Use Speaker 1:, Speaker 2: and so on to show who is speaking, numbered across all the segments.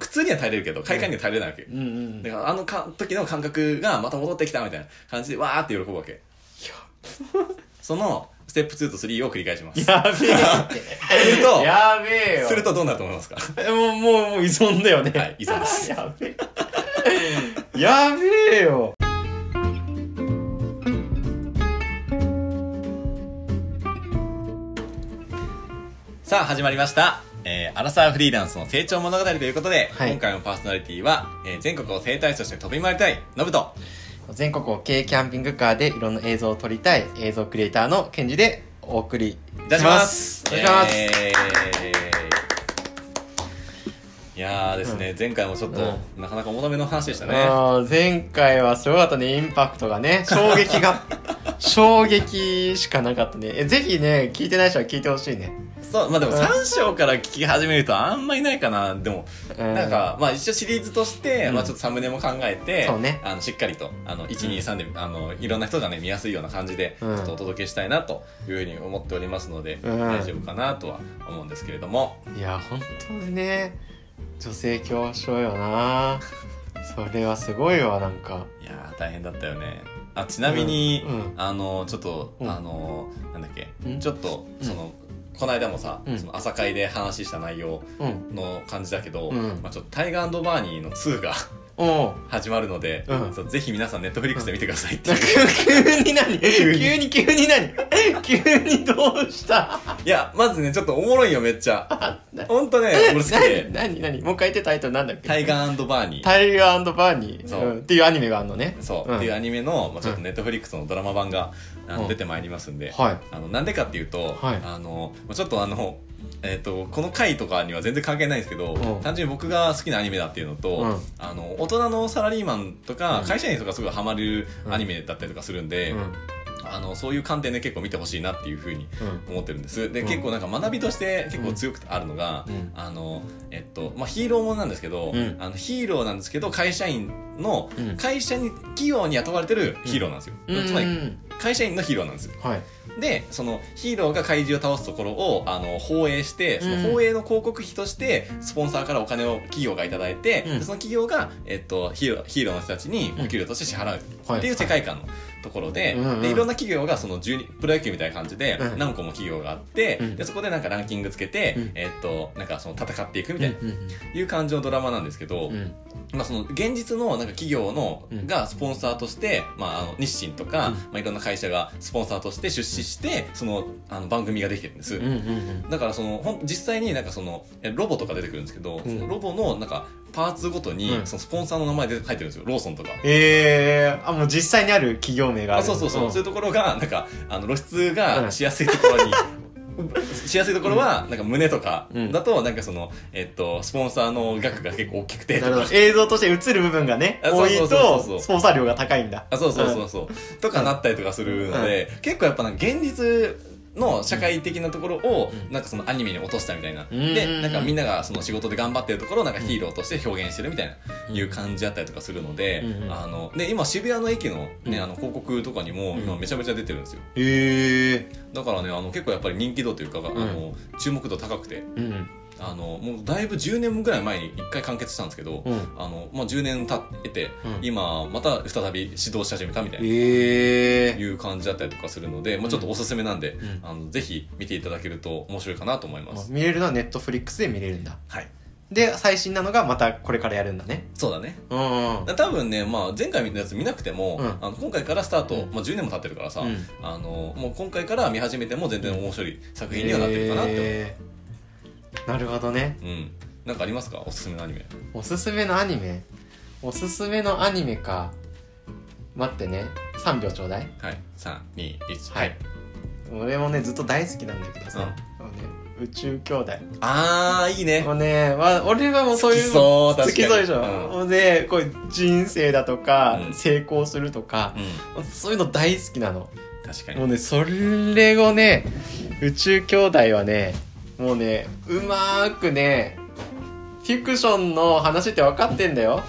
Speaker 1: 通には耐えれるけど、快感には耐えれないわけ。
Speaker 2: うんうん。
Speaker 1: だから、あのか時の感覚がまた戻ってきたみたいな感じで、わーって喜ぶわけ。その、ステップ2と3を繰り返し ます。する
Speaker 2: やべえ。
Speaker 1: と、
Speaker 2: やべえよ。
Speaker 1: するとどうなると思い ますか
Speaker 2: え。もう、もう、もう依存だよね。
Speaker 1: はい、以上です。
Speaker 2: やべえ。やべえよ。
Speaker 1: さあ、始まりました。えー、アラサーフリーランスの成長物語ということで、
Speaker 2: はい
Speaker 1: 今回のパーソナリティは、えー全国を生態師として飛び回りたい、ノブと、
Speaker 2: 全国を軽キャンピングカーでいろんな映像を撮りたい映像クリエイターのケンジでお送り
Speaker 1: いたします。
Speaker 2: お願いします。
Speaker 1: えーいやーですね、前回もちょっと、なかなか重ための話でしたね。
Speaker 2: あー前回はすごかったねインパクトがね衝撃が 衝撃しかなかったねえぜひね聞いてない人は聞いてほしいね
Speaker 1: そう、まあでも
Speaker 2: うん
Speaker 1: 3章から聞き始めるとあんまりないかな。でも、
Speaker 2: うん
Speaker 1: なんか、まあ一応シリーズとして、
Speaker 2: うん
Speaker 1: まあちょっとサムネも考えて、
Speaker 2: そうね
Speaker 1: あの、しっかりと、あの、1、2、3で、あの、いろんな人がね、見やすいような感じで、ち
Speaker 2: う
Speaker 1: ょ
Speaker 2: ん
Speaker 1: っとお届けしたいなというふうに思っておりますので、
Speaker 2: うん
Speaker 1: 大丈夫かなとは思うんですけれども、
Speaker 2: いや本当にね女性恐怖症よなそれはすごいわなんか
Speaker 1: いやー大変だったよね。あ、ちなみに、
Speaker 2: うんうん
Speaker 1: あの、ちょっと、
Speaker 2: うん
Speaker 1: あの、なんだっけ、
Speaker 2: うん
Speaker 1: ちょっと、
Speaker 2: うん
Speaker 1: その、この間もさ、
Speaker 2: うん
Speaker 1: その朝会で話した内容
Speaker 2: うん
Speaker 1: の感じだけど、
Speaker 2: うん
Speaker 1: まあちょっとタイガーバーニーの2が、
Speaker 2: おう
Speaker 1: 始まるので、
Speaker 2: うん
Speaker 1: そうぜひ皆さんネットフリックスで見てくださいっていう、
Speaker 2: 急に何
Speaker 1: 急に
Speaker 2: 急に急に何急にど うした
Speaker 1: いやまずねちょっとおもろいよめっちゃほんとね俺好きで
Speaker 2: 何何何もう一回言ってタイトルなんだ
Speaker 1: 「
Speaker 2: っけ
Speaker 1: タイガーバーニー
Speaker 2: タイガーバーニー
Speaker 1: そう
Speaker 2: うんっていうアニメがあるのね」
Speaker 1: そう、
Speaker 2: ん
Speaker 1: っていうアニメの、まあ、ちょっとネットフリックスのドラマ版が、あの
Speaker 2: うん
Speaker 1: 出てまいりますんで、
Speaker 2: はい
Speaker 1: あのなんでかっていうと、
Speaker 2: はい
Speaker 1: あのまあちょっとあのえっとこの回とかには全然関係ないんですけど、
Speaker 2: うん
Speaker 1: 単純に僕が好きなアニメだっていうのと、
Speaker 2: うん
Speaker 1: あの大人のサラリーマンとか
Speaker 2: うん
Speaker 1: 会社員とかすごいハマるアニメだったりとかするんで、
Speaker 2: うん
Speaker 1: あのそういう観点で結構見てほしいなっていうふうに
Speaker 2: うん
Speaker 1: 思ってるんですで、
Speaker 2: うん
Speaker 1: 結構なんか学びとして結構強くてあるのが、
Speaker 2: うん
Speaker 1: あのえっとまあ、ヒーローものなんですけど、
Speaker 2: うん
Speaker 1: あのヒーローなんですけど会社員の、
Speaker 2: うん
Speaker 1: 会社に企業に雇われてるヒーローなんですよ、
Speaker 2: うん
Speaker 1: つまり会社員のヒーローなんですよ
Speaker 2: はい
Speaker 1: でそのヒーローが怪獣を倒すところをあの放映してその
Speaker 2: うん
Speaker 1: 放映の広告費としてスポンサーからお金を企業がいただいて、
Speaker 2: うん
Speaker 1: でその企業が、えっと、ヒーローヒーローの人たちにお給料として支払う
Speaker 2: はい
Speaker 1: っていう世界観のところで,、
Speaker 2: うんうん
Speaker 1: でいろんな企業がその12プロ野球みたいな感じで
Speaker 2: うん
Speaker 1: 何個も企業があって、
Speaker 2: うん
Speaker 1: でそこでなんかランキングつけて、
Speaker 2: うん
Speaker 1: えっと、なんかその戦っていくみ
Speaker 2: う
Speaker 1: た
Speaker 2: ん
Speaker 1: いな。いう感じのドラマなんですけど、
Speaker 2: うんうん
Speaker 1: まあ、その現実のなんか企業の
Speaker 2: うん
Speaker 1: がスポンサーとして、まあ、あの日清とか、
Speaker 2: うん
Speaker 1: まあ、いろんな会社がスポンサーとして出資してそのあの番組ができてるんです、
Speaker 2: うんうん
Speaker 1: だからそのほん実際になんかそのえロボとか出てくるんですけど、
Speaker 2: うん
Speaker 1: そのロボのなんかパーツごとに、
Speaker 2: うん
Speaker 1: そのスポンサーの名前で入ってるんですよローソンとか。
Speaker 2: えー、あもう実際にある企業名があ
Speaker 1: あ
Speaker 2: る
Speaker 1: そうそうそう、
Speaker 2: ん
Speaker 1: そういうところがなんかあの露出
Speaker 2: う
Speaker 1: が
Speaker 2: ん
Speaker 1: しやすいところ に、しやすいところはなんか胸とか
Speaker 2: うん
Speaker 1: だと、なんかその、えっと、スポンサーの額が結構大きくてと
Speaker 2: なる
Speaker 1: か
Speaker 2: ほど映像として映る部分がね
Speaker 1: あそ
Speaker 2: 多
Speaker 1: うそ
Speaker 2: い
Speaker 1: そ
Speaker 2: う
Speaker 1: うそう
Speaker 2: とスポンサー料が高いんだ
Speaker 1: あそうそうそうそう、とかなったりとかするので、結構やっぱなんか現実の社会的なところを
Speaker 2: うん
Speaker 1: なんかそのアニメに落としたみたいな、
Speaker 2: うん
Speaker 1: でなんかみんながその仕事で頑張ってるところをなんかヒーローとして表現してるみたいな、
Speaker 2: うん
Speaker 1: いう感じだったりとかするので,、
Speaker 2: うん
Speaker 1: あので今渋谷の駅の,、
Speaker 2: うん
Speaker 1: ね、あの広告とかにも
Speaker 2: うん
Speaker 1: 今めちゃめちゃ出てるんですよ
Speaker 2: へえ
Speaker 1: だからねあの結構やっぱり人気度というか、あの注目度高くて
Speaker 2: うん
Speaker 1: あのもうだいぶ10年ぐらい前に1回完結したんですけど、
Speaker 2: うん
Speaker 1: あのまあ、10年経って、
Speaker 2: うん
Speaker 1: 今また再び指導し始めたみたいな。
Speaker 2: ええ
Speaker 1: いう感じだったりとかするので、まあ、ちょっとおすすめなんで、
Speaker 2: ん
Speaker 1: あのぜひ見ていただけると面白いかなと思いま
Speaker 2: あ
Speaker 1: す。
Speaker 2: 見れるのはネットフリックスで見れるんだ
Speaker 1: はい、
Speaker 2: で最新なのがまたこれからやるんだね
Speaker 1: そうだね
Speaker 2: うんうん
Speaker 1: 多分ね、まあ、前回見たやつ見なくても、
Speaker 2: うん
Speaker 1: あの今回からスタート、
Speaker 2: うん
Speaker 1: まあ、10年も経ってるからさ、
Speaker 2: うん
Speaker 1: あのもう今回から見始めても全然面白い作品にはなってるかなって思う、
Speaker 2: えーなるほどね
Speaker 1: うん、なんかありますかおすすめのアニメ
Speaker 2: おすすめのアニメおすすめのアニメか待ってね3秒ちょうだい
Speaker 1: はい321
Speaker 2: はい俺もねずっと大好きなんだけどさ、あのね、宇宙兄弟
Speaker 1: あーいいね
Speaker 2: もうね、わ俺はもうそうい
Speaker 1: 好き
Speaker 2: う
Speaker 1: そう
Speaker 2: 好きそうでしょ、
Speaker 1: 確かにうん
Speaker 2: もうねこういう人生だとか、
Speaker 1: うん
Speaker 2: 成功するとか
Speaker 1: う、ん
Speaker 2: そういうの大好きなの
Speaker 1: 確か
Speaker 2: もう
Speaker 1: に
Speaker 2: ねそれをね宇宙兄弟はねもうねうまーくねフィクションの話って分かってんだよ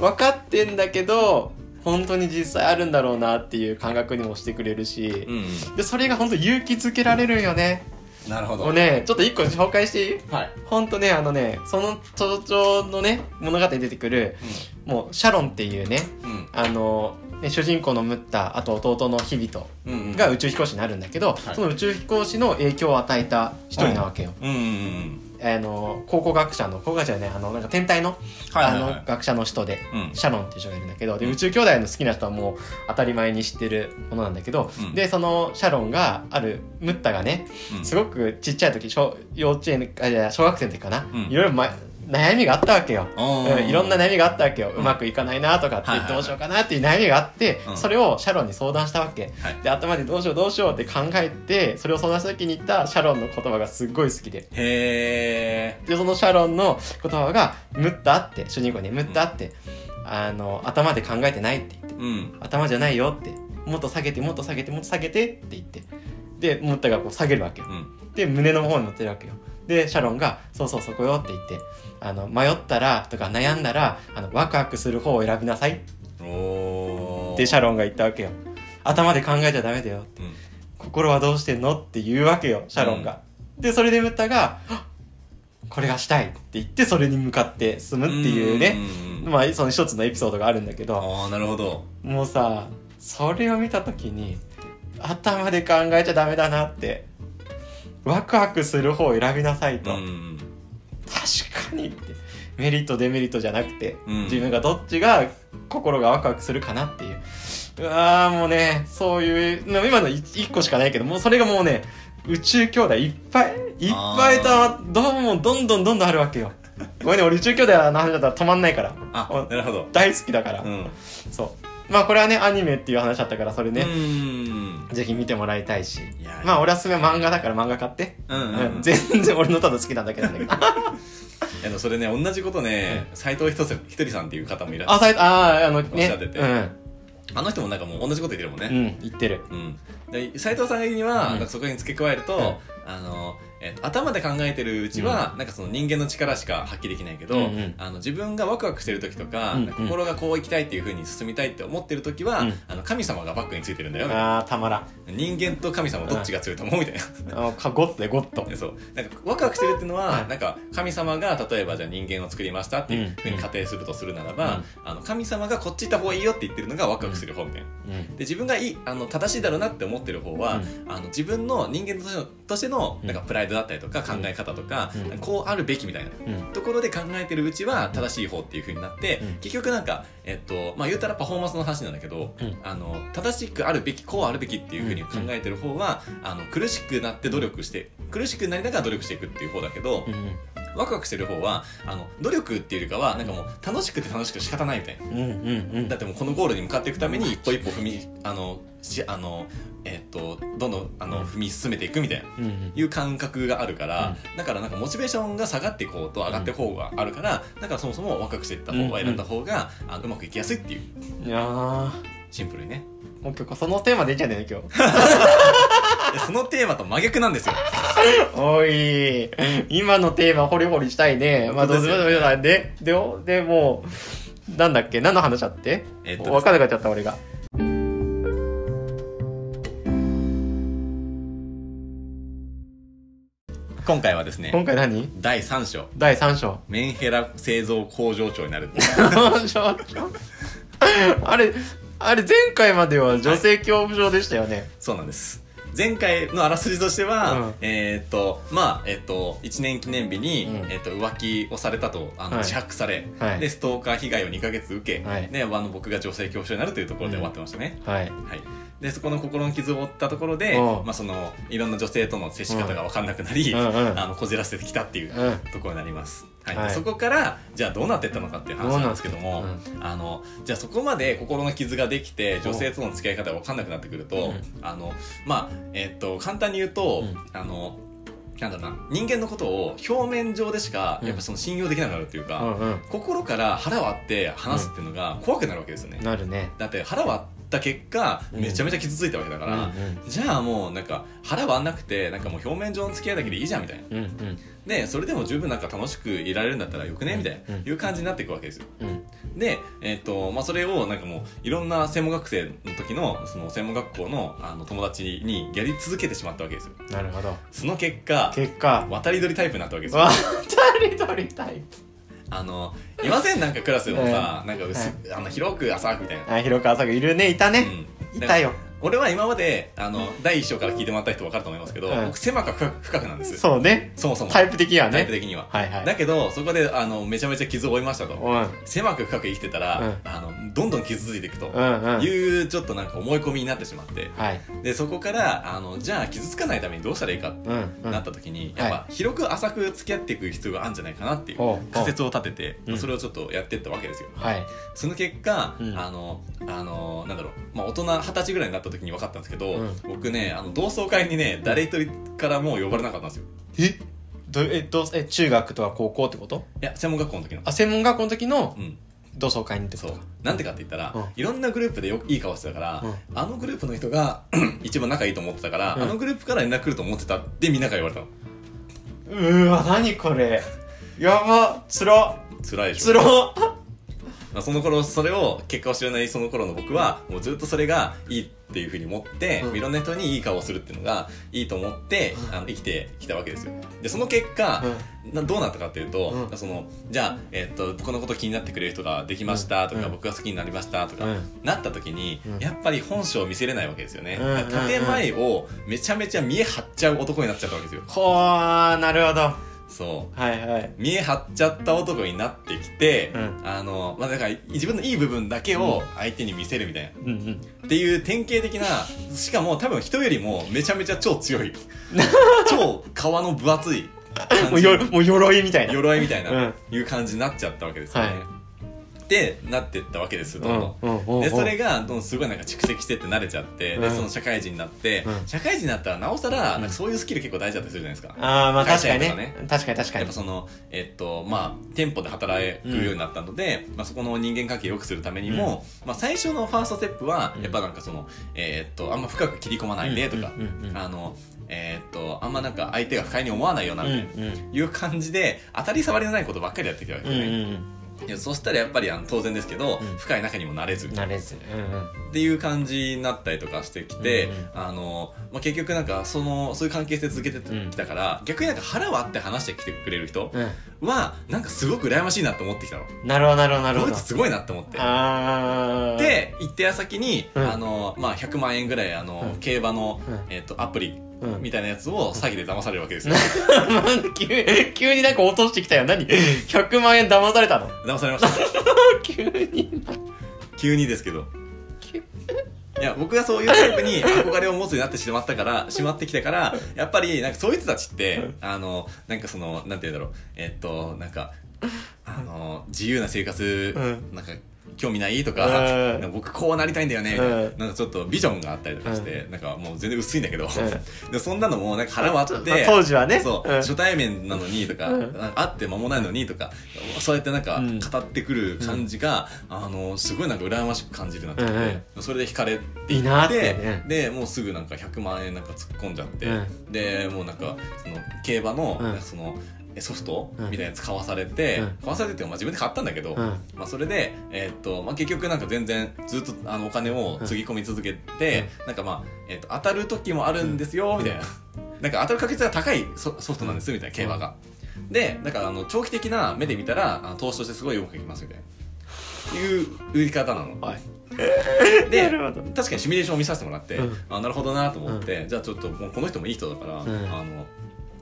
Speaker 2: 分かってんだけど本当に実際あるんだろうなっていう感覚にもしてくれるし
Speaker 1: うん、うんうん、
Speaker 2: でそれが本当勇気づけられるんよね
Speaker 1: なるほど。
Speaker 2: をね、ちょっと一個紹介していい
Speaker 1: はい。
Speaker 2: ほんとね、あのね、その登場のね、物語に出てくる、もう、シャロンっていうね、
Speaker 1: うん。
Speaker 2: あの、ね、主人公のムッタ、あと弟のヒビト
Speaker 1: うん。うん。
Speaker 2: が宇宙飛行士になるんだけど、
Speaker 1: はい
Speaker 2: その宇宙飛行士の影響を与えた一人なわけよ。
Speaker 1: うん。うんうん。
Speaker 2: あの、考古学者の、考古学者じゃない、あの、なんか天体の、
Speaker 1: はい
Speaker 2: あ
Speaker 1: はいは
Speaker 2: の、
Speaker 1: い。
Speaker 2: 学者の人で、
Speaker 1: うん。
Speaker 2: シャロンっていう人がいるんだけど、で、
Speaker 1: うん
Speaker 2: 宇宙兄弟の好きな人はもう当たり前に知ってるものなんだけど、
Speaker 1: うん
Speaker 2: で、そのシャロンがある、ムッタがね、
Speaker 1: うん
Speaker 2: すごくちっちゃい時、小幼稚園、あ、いや小学生の時かな、
Speaker 1: うん
Speaker 2: いろいろ、ま、悩みがあったわけよ。
Speaker 1: お
Speaker 2: う
Speaker 1: ー
Speaker 2: んいろんな悩みがあったわけよ。
Speaker 1: ん
Speaker 2: うまくいかないなとかって
Speaker 1: はいはいはい
Speaker 2: どうしようかなっていう悩みがあって
Speaker 1: う、ん
Speaker 2: それをシャロンに相談したわけ
Speaker 1: はい。
Speaker 2: で、頭でどうしようどうしようって考えて、それを相談した時に言ったシャロンの言葉がすっごい好きで。
Speaker 1: へえ。
Speaker 2: で、そのシャロンの言葉が、ムッタって、主人公にムッタって、あの、頭で考えてないって言って、
Speaker 1: うん。
Speaker 2: 頭じゃないよって、もっと下げて、もっと下げて、もっと下げてって言って、で、ムッタがこう下げるわけよ。
Speaker 1: うん。
Speaker 2: で、胸の方に乗ってるわけよ。で、シャロンが、そうそうそこよって言って、あの、迷ったら、とか悩んだら、あの、ワクワクする方を選びなさいっ
Speaker 1: おー。
Speaker 2: てシャロンが言ったわけよ。頭で考えちゃダメだよ。
Speaker 1: うん。
Speaker 2: 心はどうしてんのって言うわけよ、シャロンが。で、それでムッタが、あこれがしたいって言って、それに向かって進むっていうね、
Speaker 1: んうんうん。
Speaker 2: まあ、その一つのエピソードがあるんだけど、
Speaker 1: ああ、なるほど。
Speaker 2: もうさ、それを見たときに、頭で考えちゃダメだなって、ワクワクする方を選びなさいと。
Speaker 1: うん。
Speaker 2: 確かにってメリットデメリットじゃなくて、
Speaker 1: うん
Speaker 2: 自分がどっちが心がワクワクするかなっていううわーもうねそういうな今の1個しかないけどもうそれがもうね宇宙兄弟いっぱいいっぱい
Speaker 1: あ
Speaker 2: とどうもどんどんどんどんあるわけよごめんね俺宇宙兄弟の話だったら止まんないから
Speaker 1: あ、なるほど。
Speaker 2: 大好きだから、
Speaker 1: うん。
Speaker 2: そうまあこれはねアニメっていう話だったからそれ
Speaker 1: う
Speaker 2: ね、
Speaker 1: ん。
Speaker 2: ぜひ見てもらいたいし
Speaker 1: いや
Speaker 2: まあ俺はすめ漫画だから漫画買って、
Speaker 1: うん
Speaker 2: う
Speaker 1: うんん。
Speaker 2: 全然俺のただ好きなんだけなんだけ
Speaker 1: い
Speaker 2: ど
Speaker 1: やでもそれね、同じことね、斎藤ひとせひとりさんっていう方もいらっしゃ
Speaker 2: あ、
Speaker 1: る。
Speaker 2: さい、あー、あの
Speaker 1: おっ
Speaker 2: ね
Speaker 1: しゃって。て
Speaker 2: うん。
Speaker 1: あの人もなんかもう同じこと言ってるもん
Speaker 2: う
Speaker 1: ね。
Speaker 2: ん、言ってる。
Speaker 1: うん。で斎藤さんが言うには、な
Speaker 2: うん
Speaker 1: んかそこに付け加えると、
Speaker 2: うん
Speaker 1: あの、えっと頭で考えてるうちは、なんかその人間の力しか発揮できないけど、
Speaker 2: うんうん
Speaker 1: あの自分がワクワクしてる時とか、
Speaker 2: うんうん
Speaker 1: なんか心がこう行きたいっていう風に進みたいって思ってる時は、
Speaker 2: うん
Speaker 1: あの神様がバックについてるんだよ、
Speaker 2: あー、たまらん。
Speaker 1: 人間と神様どっちが強いと思うみたいな。
Speaker 2: あかゴッドでゴッド。
Speaker 1: そうなんかワクワクしてるっていうのは、
Speaker 2: はい
Speaker 1: なんか神様が例えばじゃあ人間を作りましたっていうふうに仮定するとするならば、あの神様がこっち行った方がいいよって言ってるのがワクワクする方みたいな。
Speaker 2: うん。
Speaker 1: で自分がいいあの正しいだろうなって思ってる方は、あの自分の人間としてのとしての
Speaker 2: うん
Speaker 1: なんかプライドだったりとか考え方とか、
Speaker 2: うん
Speaker 1: こうあるべきみたいな。
Speaker 2: うん。
Speaker 1: ところで考えてるうちは正しい方っていう風になって、
Speaker 2: うん
Speaker 1: 結局なんか、えっとまあ、言うたらパフォーマンスの話なんだけど、
Speaker 2: うん
Speaker 1: あの正しくあるべきこうあるべきっていう風に考えてる方は、あの苦しくなって努力して苦しくなりながら努力していくっていう方だけど、
Speaker 2: う。
Speaker 1: ワクワクしてる方はあの努力っていうよりかはなんかもう楽しくて楽しくて仕方ないみたいなん
Speaker 2: うん。うん。うん
Speaker 1: だってもうこのゴールに向かっていくために一歩一歩踏みあのしあのえっとどんどんあの踏み進めていくみたいな。
Speaker 2: うん。
Speaker 1: いう感覚があるから、だからなんかモチベーションが下がっていこうと上がっていく方があるから、だからそもそも若くしていった方が選んだ方が、あのうまくいきやすいっていう
Speaker 2: いやー。
Speaker 1: シンプルにね
Speaker 2: もう今日そのテーマ出ちゃうね今 日。
Speaker 1: でそのテーマと真逆なん ですよ
Speaker 2: おい今のテーマホリホリしたいね。まあ、どうぞどうぞ。で、で、でもう、なんだっけ何の話だって
Speaker 1: えっとですね
Speaker 2: 分かんなくなっちゃった俺が。
Speaker 1: 今回はですね
Speaker 2: 今回何
Speaker 1: 第3章
Speaker 2: 第3章。
Speaker 1: メンヘラ製造工場長になる
Speaker 2: あれ、あれ前回までは女性恐怖症でしたよね。
Speaker 1: そうなんです前回のあらすじとしては、
Speaker 2: うん
Speaker 1: えーっとまあえーっと1年記念日に、
Speaker 2: うん
Speaker 1: えーっと浮気をされたとあの、
Speaker 2: はい
Speaker 1: 自白され、
Speaker 2: はい
Speaker 1: でストーカー被害を2ヶ月受け、
Speaker 2: はい
Speaker 1: であの僕が女性恐怖症になるというところで終わってましたね、
Speaker 2: はい。
Speaker 1: はい、でそこの心の傷を負ったところで、
Speaker 2: うん
Speaker 1: まあ、そのいろんな女性との接し方が分かんなくなり、
Speaker 2: うんうん
Speaker 1: あのこじらせてきたっていう
Speaker 2: うん。
Speaker 1: ところになります、はい
Speaker 2: はい
Speaker 1: そこからじゃあどうなってったのかっていう話なんですけども
Speaker 2: どうなっ
Speaker 1: あのじゃあそこまで心の傷ができて女性との付き合い方が分かんなくなってくると、
Speaker 2: うん
Speaker 1: あのまあえっと簡単に言うと、
Speaker 2: う
Speaker 1: あのなんだろうな人間のことを表面上でしかやっぱその信用できなくなるっていうか、
Speaker 2: うんうん。
Speaker 1: 心から腹割って話すっていうのが怖くなるわけですよね、
Speaker 2: なるね。
Speaker 1: だって腹割った結果
Speaker 2: うん
Speaker 1: めちゃめちゃ傷ついたわけだから、じゃあもうなんか腹割んなくてなんかもう表面上の付き合いだけでいいじゃんみたいな
Speaker 2: うんうん。
Speaker 1: でそれでも十分なんか楽しくいられるんだったらよくねみたいな、
Speaker 2: うん
Speaker 1: いう感じになっていくわけですよ
Speaker 2: うん
Speaker 1: で、えっとまあ、それをなんかもういろんな専門学生の時先のその専門学校のあの友達にやり続けてしまったわけですよ
Speaker 2: なるほど
Speaker 1: その結果
Speaker 2: 結果
Speaker 1: 渡り鳥タイプになったわけですよ
Speaker 2: 渡り鳥タイ
Speaker 1: あのいませんなんかクラスでもさ、なんか薄、あの広く浅くみたいな、
Speaker 2: プあ広川さんがいるねいたね、
Speaker 1: うん
Speaker 2: いたよ
Speaker 1: 俺は今まであの第一章から聞いてもらった人分かると思いますけど、
Speaker 2: はい
Speaker 1: 僕狭く深く深くなんです
Speaker 2: そうね
Speaker 1: そもそも
Speaker 2: タイプ的には
Speaker 1: タイプ
Speaker 2: ね
Speaker 1: 的には、
Speaker 2: はいはい
Speaker 1: だけどそこであのめちゃめちゃ傷を負いました
Speaker 2: う
Speaker 1: と
Speaker 2: ん
Speaker 1: 狭く深く生きてたら、
Speaker 2: うん
Speaker 1: あのどんどん傷ついていくと
Speaker 2: うんうん
Speaker 1: いうちょっとなんか思い込みになってしまって
Speaker 2: はい
Speaker 1: でそこからあのじゃあ傷つかないためにどうしたらいいかって
Speaker 2: うんうん
Speaker 1: なった時に、やっぱ広く浅く付き合っていく必要があるんじゃないかなっていう
Speaker 2: ほう
Speaker 1: 仮説を立てて、
Speaker 2: うん
Speaker 1: それをちょっとやっていったわけですよ。
Speaker 2: はい
Speaker 1: その結果、
Speaker 2: うん
Speaker 1: あのあのなんだろう、まあ、大人二十歳ぐらいになった時に分かったんですけど、
Speaker 2: うん
Speaker 1: 僕ねあの同窓会にね誰一人からもう呼ばれなかったんですよ
Speaker 2: えどえどうえ中学とか高校ってこと
Speaker 1: いや専門学校の時の
Speaker 2: あ専門学校の時の
Speaker 1: うん
Speaker 2: 同窓会にってこ
Speaker 1: そ
Speaker 2: と
Speaker 1: う
Speaker 2: か
Speaker 1: なんでかって言ったら、
Speaker 2: うん
Speaker 1: いろんなグループでよいい顔してたから、
Speaker 2: う
Speaker 1: あのグループの人が 一番仲いいと思ってたから、
Speaker 2: うん
Speaker 1: あのグループから連絡来ると思ってたってみんなから言われたの
Speaker 2: うーわ何これやばつら
Speaker 1: 辛いでし
Speaker 2: つ
Speaker 1: ょ、
Speaker 2: ら
Speaker 1: まあ、その頃それを結果を知らないその頃の僕はもうずっとそれがいいっていうふうに思って、
Speaker 2: うん
Speaker 1: いろんな人にいい顔をするっていうのがいいと思って、
Speaker 2: うん
Speaker 1: あの生きてきたわけですよでその結果、などうなったかっていうと、
Speaker 2: うん
Speaker 1: そのじゃあ、えっと僕のこと気になってくれる人ができましたとか、
Speaker 2: うん
Speaker 1: 僕が好きになりましたとか、
Speaker 2: うん
Speaker 1: なった時に、
Speaker 2: うん
Speaker 1: やっぱり本性を見せれないわけですよね、
Speaker 2: うん
Speaker 1: だから建前をめちゃめちゃ見え張っちゃう男になっちゃったわけですよ
Speaker 2: ほーなるほど
Speaker 1: そう
Speaker 2: はいはい
Speaker 1: 見え張っちゃった男になってきて、
Speaker 2: うん
Speaker 1: あのまあだから自分のいい部分だけを相手に見せるみたいな、
Speaker 2: うんうん
Speaker 1: っていう典型的なしかも多分人よりもめちゃめちゃ超強 い超皮の分厚い感じ
Speaker 2: もうよもう鎧みたいな
Speaker 1: 鎧みたいな、
Speaker 2: うん
Speaker 1: いう感じになっちゃったわけですよね。
Speaker 2: は
Speaker 1: でなってったわけですよ、どんどん
Speaker 2: うんうんうん
Speaker 1: でそれがどんどんすごいなんか蓄積してって慣れちゃって、
Speaker 2: う
Speaker 1: で
Speaker 2: ん
Speaker 1: その社会人になって、
Speaker 2: うん
Speaker 1: 社会人になったらなおさらなんかそういうスキル結構大事だったりするじゃないですか。
Speaker 2: ああまあ
Speaker 1: 会
Speaker 2: 確
Speaker 1: 社
Speaker 2: か
Speaker 1: 員
Speaker 2: に
Speaker 1: と
Speaker 2: ね
Speaker 1: かね
Speaker 2: 確かに確か
Speaker 1: やっ
Speaker 2: に
Speaker 1: ぱその、えっと、まあ、店舗で働くようになったので、まあ、そこの人間関係を良くするためにも、まあ、最初のファーストステップは
Speaker 2: う、ん
Speaker 1: やっぱなんかその、えっと、あんま深く切り込まないでとか
Speaker 2: う、んうん
Speaker 1: あの、えっと、あんまなんか相手が不快に思わないような、みたいな
Speaker 2: うんうん
Speaker 1: いう感じで、当たり障りのないことばっかりやってきたわけ
Speaker 2: うん
Speaker 1: ですよね。
Speaker 2: うん
Speaker 1: いやそしたらやっぱりあの当然ですけど、
Speaker 2: うん
Speaker 1: 深い仲にもなれず
Speaker 2: うん
Speaker 1: っ
Speaker 2: 慣れずうんうん
Speaker 1: ていう感じになったりとかしてきて、
Speaker 2: うんうん
Speaker 1: あのまあ、結局なんかそのそういう関係性続けてきたから、逆になんか腹割って話してきてくれる人
Speaker 2: う
Speaker 1: はなんかすごく羨ましいなって思ってきたの
Speaker 2: んなるほどなるほどなるほ
Speaker 1: こい
Speaker 2: ど
Speaker 1: つすごいなって思って。
Speaker 2: ああ
Speaker 1: で行った矢先に、
Speaker 2: うん
Speaker 1: あのまあ、100万円ぐらいあの、
Speaker 2: うん
Speaker 1: 競馬の、
Speaker 2: うん
Speaker 1: えっとアプリ
Speaker 2: うん
Speaker 1: みたいなやつを詐欺で騙されるわけですよ、
Speaker 2: なん 急急になんか落としてきたよ何100万円騙されたの
Speaker 1: 騙されました
Speaker 2: 急に
Speaker 1: 急にですけど
Speaker 2: 急
Speaker 1: いや、僕がそういうタイプに憧れを持つようになってしまったから、しまってきてから、やっぱり、なんかそういう人たちって、あの、なんかその、なんて言うんだろう、えっと、なんか、あの、自由な生活、
Speaker 2: う
Speaker 1: なんか、興味ないとか、
Speaker 2: うん
Speaker 1: なんか僕こうなりたいんだよね、みたい
Speaker 2: うん
Speaker 1: ななんかちょっとビジョンがあったりとかして、なんかもう全然薄いんだけど、
Speaker 2: ん
Speaker 1: でそんなのもなんか腹割っ
Speaker 2: まあ
Speaker 1: て、
Speaker 2: 当時はね
Speaker 1: そう、
Speaker 2: うん
Speaker 1: 初対面なのにとか、
Speaker 2: うん
Speaker 1: なんか会って間もないのにとか、そうやってなんか
Speaker 2: うん
Speaker 1: 語ってくる感じが、あの、すごいなんか羨ましく感じるようになってきて、それで惹かれていって、
Speaker 2: いいなってね
Speaker 1: で、もうすぐなんか100万円なんか突っ込んじゃって、
Speaker 2: うん
Speaker 1: で、もうなんか、その、競馬の、
Speaker 2: うん
Speaker 1: その、ソフト
Speaker 2: うん
Speaker 1: みたいなやつ買わされて、
Speaker 2: うん
Speaker 1: 買わされてっていうかまあ自分で買ったんだけど、
Speaker 2: うん
Speaker 1: まあ、それで、えーっとまあ、結局なんか全然ずっとあのお金をつぎ込み続けて、なんかまあ、えーっと当たる時もあるんですよみたいな、 なんか当たる確率が高いソソフトなんですみたいな競馬が、でなんかあの長期的な目で見たらあの投資としてすごいよくいきますみたいないう売り方なの
Speaker 2: はい
Speaker 1: で
Speaker 2: なるほど
Speaker 1: 確かにシミュレーションを見させてもらって、
Speaker 2: うん
Speaker 1: あなるほどなと思って、じゃあちょっともうこの人もいい人だから、
Speaker 2: うん
Speaker 1: あの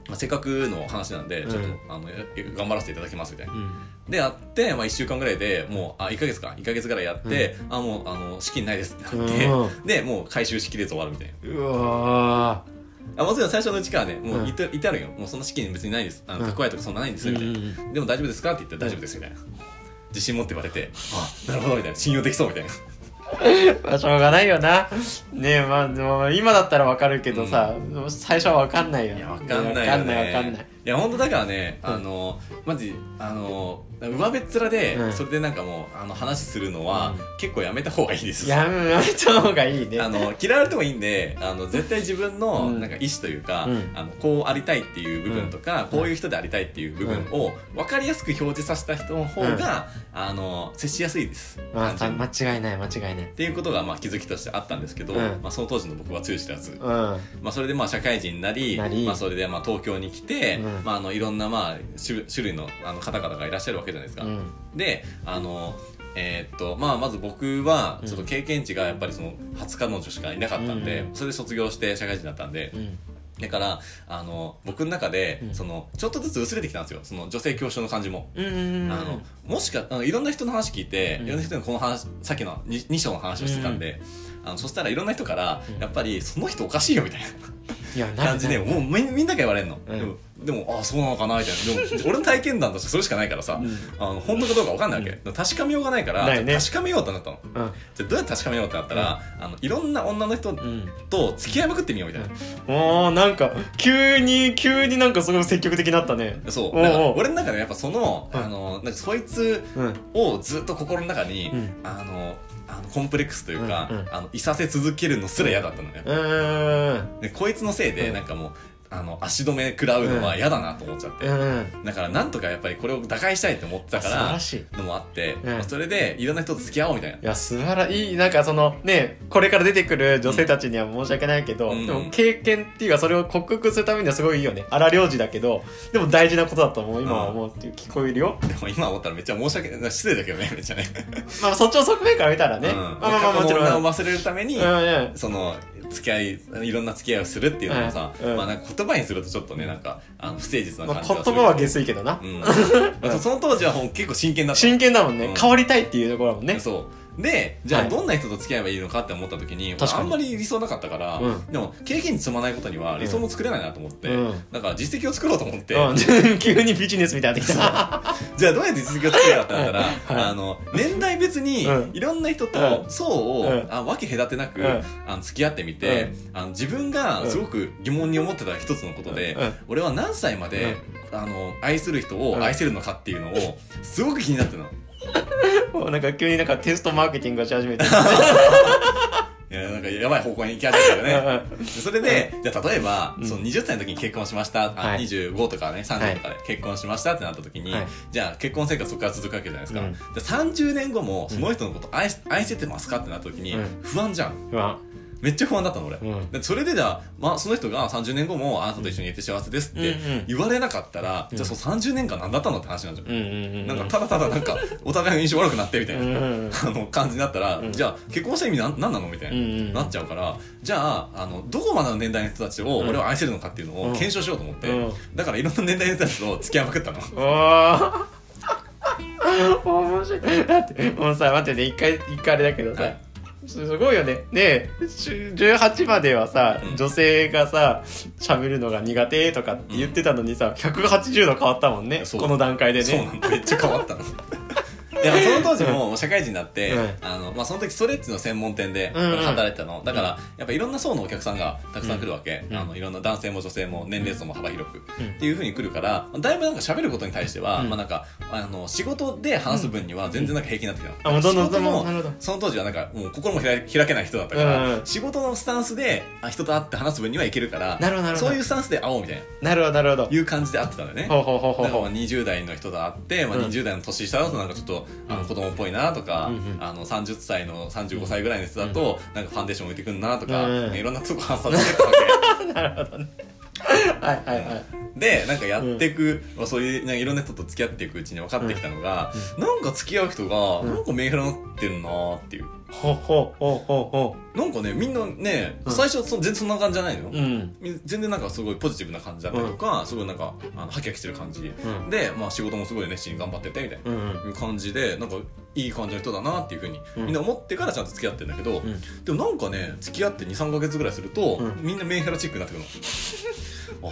Speaker 1: まあ、せっかくの話なんでちょっと、
Speaker 2: うん
Speaker 1: あのや頑張らせていただきますみたいな
Speaker 2: う。ん
Speaker 1: であって、まあ、1週間ぐらいでもうあ1か月か1か月ぐらいやって、あもうあの資金ないですってなって、
Speaker 2: う
Speaker 1: でもう回収しきれず終わるみたいな
Speaker 2: うわ
Speaker 1: あもちろん最初のうちからねもう
Speaker 2: うん
Speaker 1: 言って,、言ってあるよもうそんな資金別にないですあの
Speaker 2: うん
Speaker 1: 蓄えとかそんなないんですよみたいな、
Speaker 2: ー
Speaker 1: でも大丈夫ですかって言ったら大丈夫ですみたいな自信持って言われてあなるほどみたいな信用できそうみたいな
Speaker 2: まあしょうがないよなねえまあでも今だったらわかるけどさ、最初はわかんないよ
Speaker 1: いやわかんないよね
Speaker 2: わかんないわかんない
Speaker 1: いや本当だからね、
Speaker 2: うん
Speaker 1: あのマジあの上辺っ面で、
Speaker 2: うん
Speaker 1: それでなんかもうあの話するのは、
Speaker 2: うん
Speaker 1: 結構やめた方がいいです
Speaker 2: やめた方がいいね
Speaker 1: あの嫌われてもいいんであの絶対自分の
Speaker 2: うん
Speaker 1: なんか意思というか、
Speaker 2: うん
Speaker 1: あのこうありたいっていう部分とか、
Speaker 2: うん
Speaker 1: こういう人でありたいっていう部分を分かりやすく表示させた人の方が、あの接しやすいです。
Speaker 2: まあ
Speaker 1: 単純に
Speaker 2: 間違いない間違いない
Speaker 1: っていうことがまあ気づきとしてあったんですけど、
Speaker 2: うん
Speaker 1: まあ、その当時の僕は強し知らず、
Speaker 2: うん
Speaker 1: まあ、それでまあ社会人になり
Speaker 2: なり
Speaker 1: まあ、それでまあ東京に来て、
Speaker 2: うん
Speaker 1: まあ、あのいろんなまあ種種類のあの方々がいらっしゃるわけじゃないですか。
Speaker 2: うん
Speaker 1: であのえーっとまあ、まず僕は
Speaker 2: うん
Speaker 1: ちょっと経験値がやっぱりその初彼女しかいなかったんで、
Speaker 2: うん
Speaker 1: それで卒業して社会人だったんで
Speaker 2: うん
Speaker 1: だからあの僕の中で、
Speaker 2: うん
Speaker 1: そのちょっとずつ薄れてきたんですよその女性恐怖症の感じも。
Speaker 2: うんうん
Speaker 1: あのもしかあのいろんな人の話聞いて、
Speaker 2: うん
Speaker 1: いろんな人のこの話さっきの 2, 章の話をしてたんで、あのそしたらいろんな人から、
Speaker 2: うん
Speaker 1: やっぱりその人おかしいよみたい
Speaker 2: いやなる
Speaker 1: な感じで、
Speaker 2: なる
Speaker 1: もうみみんなが言われんの、
Speaker 2: うん
Speaker 1: でもでもああそうなのかなみたいなでも俺の体験談としてそれしかないからさ、
Speaker 2: うん
Speaker 1: あの本当かどうか分かんないわけ、確かめようがないから
Speaker 2: ないね
Speaker 1: 確かめようとなったの
Speaker 2: うん
Speaker 1: じゃあどうやって確かめようってなったら、あのいろんな女の人
Speaker 2: うん
Speaker 1: と付き合いまくってみようみたいな、
Speaker 2: おーなんか急に急になんかすごい積極的になったね
Speaker 1: そう
Speaker 2: おうおう
Speaker 1: だから俺の中でやっぱその,、
Speaker 2: うん
Speaker 1: あのなんかそいつ
Speaker 2: うん
Speaker 1: をずっと心の中に、
Speaker 2: うん
Speaker 1: あのあのコンプレックスというか、
Speaker 2: うんうん
Speaker 1: あのいさせ続けるのすら嫌だったのね、
Speaker 2: うーん
Speaker 1: でこいつのせいで
Speaker 2: うん
Speaker 1: なんかもうあの足止め食らうのは嫌だなと思っちゃって、
Speaker 2: うん
Speaker 1: だからなんとかやっぱりこれを打開したいって思った
Speaker 2: 素
Speaker 1: か
Speaker 2: 晴ら
Speaker 1: ら
Speaker 2: しい
Speaker 1: のもあって、
Speaker 2: うん。
Speaker 1: まあそれでいろんな人と付き合おうみたいない
Speaker 2: や素晴らしいなんかそのねこれから出てくる女性たちには申し訳ないけど、
Speaker 1: うん
Speaker 2: でも経験っていうかそれを克服するためにはすごいいいよね荒療治だけどでも大事なことだと思う今は思うっていう聞こえるよ、
Speaker 1: でも今思ったらめっちゃ申し訳ない失礼だけどねめっちゃね
Speaker 2: まあそっちの側面から見たらね、
Speaker 1: うん
Speaker 2: まあまあまあも
Speaker 1: 過
Speaker 2: ち
Speaker 1: 去
Speaker 2: ろ
Speaker 1: の
Speaker 2: ん
Speaker 1: 女
Speaker 2: う
Speaker 1: を
Speaker 2: ん
Speaker 1: 忘れるために、
Speaker 2: うん
Speaker 1: その付き合いいろんな付き合いをするっていうのもさ、
Speaker 2: うん
Speaker 1: まあ、なんか言葉にするとちょっとねなんかあの不誠実な
Speaker 2: ま
Speaker 1: 感
Speaker 2: あ、
Speaker 1: じ
Speaker 2: 言
Speaker 1: がする
Speaker 2: 葉は下水けどな、
Speaker 1: うん、まあその当時はもう結構真剣だった
Speaker 2: 真剣だもんね、
Speaker 1: うん
Speaker 2: 変わりたいっていうところだもんね
Speaker 1: そうでじゃ
Speaker 2: は
Speaker 1: あ
Speaker 2: い
Speaker 1: どんな人と付き合えばいいのかって思った時に,、
Speaker 2: 確かに
Speaker 1: あんまり理想なかったから、
Speaker 2: うん
Speaker 1: でも経験に積まないことには理想も作れないなと思って、
Speaker 2: うん
Speaker 1: だから実績を作ろうと思って、
Speaker 2: うん、 急にビジネスみたいになってきた
Speaker 1: じゃあどうやって実績を作るかってなったら、
Speaker 2: はい
Speaker 1: あの年代別に
Speaker 2: うん
Speaker 1: いろんな人と層を、
Speaker 2: うん
Speaker 1: あ分け隔てなく、
Speaker 2: うん
Speaker 1: あの付き合ってみて、あの自分がすごく疑問に思ってた一つのことで、
Speaker 2: うん
Speaker 1: 俺は何歳まで、あの愛する人を愛せるのかっていうのをすごく気になってるの。
Speaker 2: もうなんか急になんかテストマーケティングをし始めて
Speaker 1: いや、なんかやばい方向に行き始めたよ
Speaker 2: う
Speaker 1: ね。
Speaker 2: ん
Speaker 1: でそれで、じゃあ例えば、
Speaker 2: うん
Speaker 1: その20歳の時に結婚しました、あ
Speaker 2: はい
Speaker 1: 25とかね、30とかで結婚しましたってなった時に、
Speaker 2: はい
Speaker 1: じゃあ結婚生活そこから続くわけじゃないですか。
Speaker 2: うん
Speaker 1: じゃあ30年後もその人のこと愛し愛せてますかってなった時に
Speaker 2: うん、
Speaker 1: 不安じゃん。
Speaker 2: うわ
Speaker 1: めっちゃ不安だったの俺。
Speaker 2: うん
Speaker 1: でそれでじゃあ、まあその人が30年後もあなたと一緒にいて幸せですって
Speaker 2: うんうん
Speaker 1: 言われなかったら、
Speaker 2: うん
Speaker 1: じゃあその30年間何だったのって話なんじゃん。
Speaker 2: うんうんうん
Speaker 1: なんかただただなんかお互いの印象悪くなってみたいな、
Speaker 2: うんうんうん
Speaker 1: あの感じになったら、
Speaker 2: うん
Speaker 1: じゃあ結婚した意味なんなんなのみたいな、
Speaker 2: うんうん
Speaker 1: なっちゃうからじゃああのどこまでの年代の人たちを
Speaker 2: うん
Speaker 1: 俺は愛せるのかっていうのを
Speaker 2: うん
Speaker 1: 検証しようと思って、
Speaker 2: うん
Speaker 1: だからいろんな年代の人たちと付き合いまくったの
Speaker 2: おー 面白いだってもうさ待ってね一回一回あれだけどさ、
Speaker 1: はい
Speaker 2: すすごいよねでしゅ18まではさ、
Speaker 1: うん
Speaker 2: 女性がさ喋るのが苦手とかって言ってたのにさ、180度変わったもんね
Speaker 1: そう
Speaker 2: この段階で
Speaker 1: そうな
Speaker 2: ね
Speaker 1: んだめっちゃ変わったのでもその当時も社会人になって、
Speaker 2: うん
Speaker 1: あのまあ、その時ストレッチの専門店で
Speaker 2: うんうん
Speaker 1: 働いてたの、だからやっぱいろんな層のお客さんがたくさん来るわけ、
Speaker 2: うん
Speaker 1: あのいろんな男性も女性も年齢層も幅広く、
Speaker 2: うん
Speaker 1: っていう風に来るからだいぶなんか喋ることに対しては、
Speaker 2: うん
Speaker 1: まあ、なんかあの仕事で話す分には全然なんか平気になってきたの、
Speaker 2: あもうどんどん
Speaker 1: 仕事も
Speaker 2: どんどんなるほど
Speaker 1: その当時はなんかもう心も開開けない人だったから、
Speaker 2: うんうん
Speaker 1: 仕事のスタンスであ人と会って話す分にはいけるから
Speaker 2: なるほどなるほど
Speaker 1: そういうスタンスで会おうみたいな
Speaker 2: なるほどなるほど
Speaker 1: いう感じで会ってたんだよね
Speaker 2: ほうほうほうほ
Speaker 1: だか
Speaker 2: う
Speaker 1: ら
Speaker 2: ほ
Speaker 1: まあ20代の人と会って、まあ、
Speaker 2: うん
Speaker 1: 20代の年下だとなんかちょっと、あ
Speaker 2: う
Speaker 1: の
Speaker 2: ん
Speaker 1: 子供っぽいなとか、
Speaker 2: うんうん
Speaker 1: あの30歳の35歳ぐらいの人だと、なんかファンデーション置いてくんなとか、
Speaker 2: うん
Speaker 1: いろんなとこ話させてたわ
Speaker 2: うはいはいはい
Speaker 1: けでなんかやっていく、まあ、そういうなんかいろんな人と付き合っていくうちに分かってきたのが、なんか付き合う人が、
Speaker 2: うん
Speaker 1: なんかメンヘラになってるなーっていう
Speaker 2: ほうほうほうほうほ
Speaker 1: なんかねみんなね、
Speaker 2: うん
Speaker 1: 最初そ全然そんな感じじゃないのよ、
Speaker 2: ううん
Speaker 1: 全然なんかすごいポジティブな感じだったりとか、すごいなんかあのハキハキしてる感じ
Speaker 2: うん
Speaker 1: で、まあ、仕事もすごい熱心に頑張っててみたいな。
Speaker 2: うんうん
Speaker 1: いう感じでなんかいい感じの人だなっていうふうに
Speaker 2: うん
Speaker 1: みんな思ってからちゃんと付き合ってんだけど、
Speaker 2: ん
Speaker 1: でもなんかね付き合って23か月ぐらいすると、
Speaker 2: うん
Speaker 1: みんなメンヘラチックになってくるの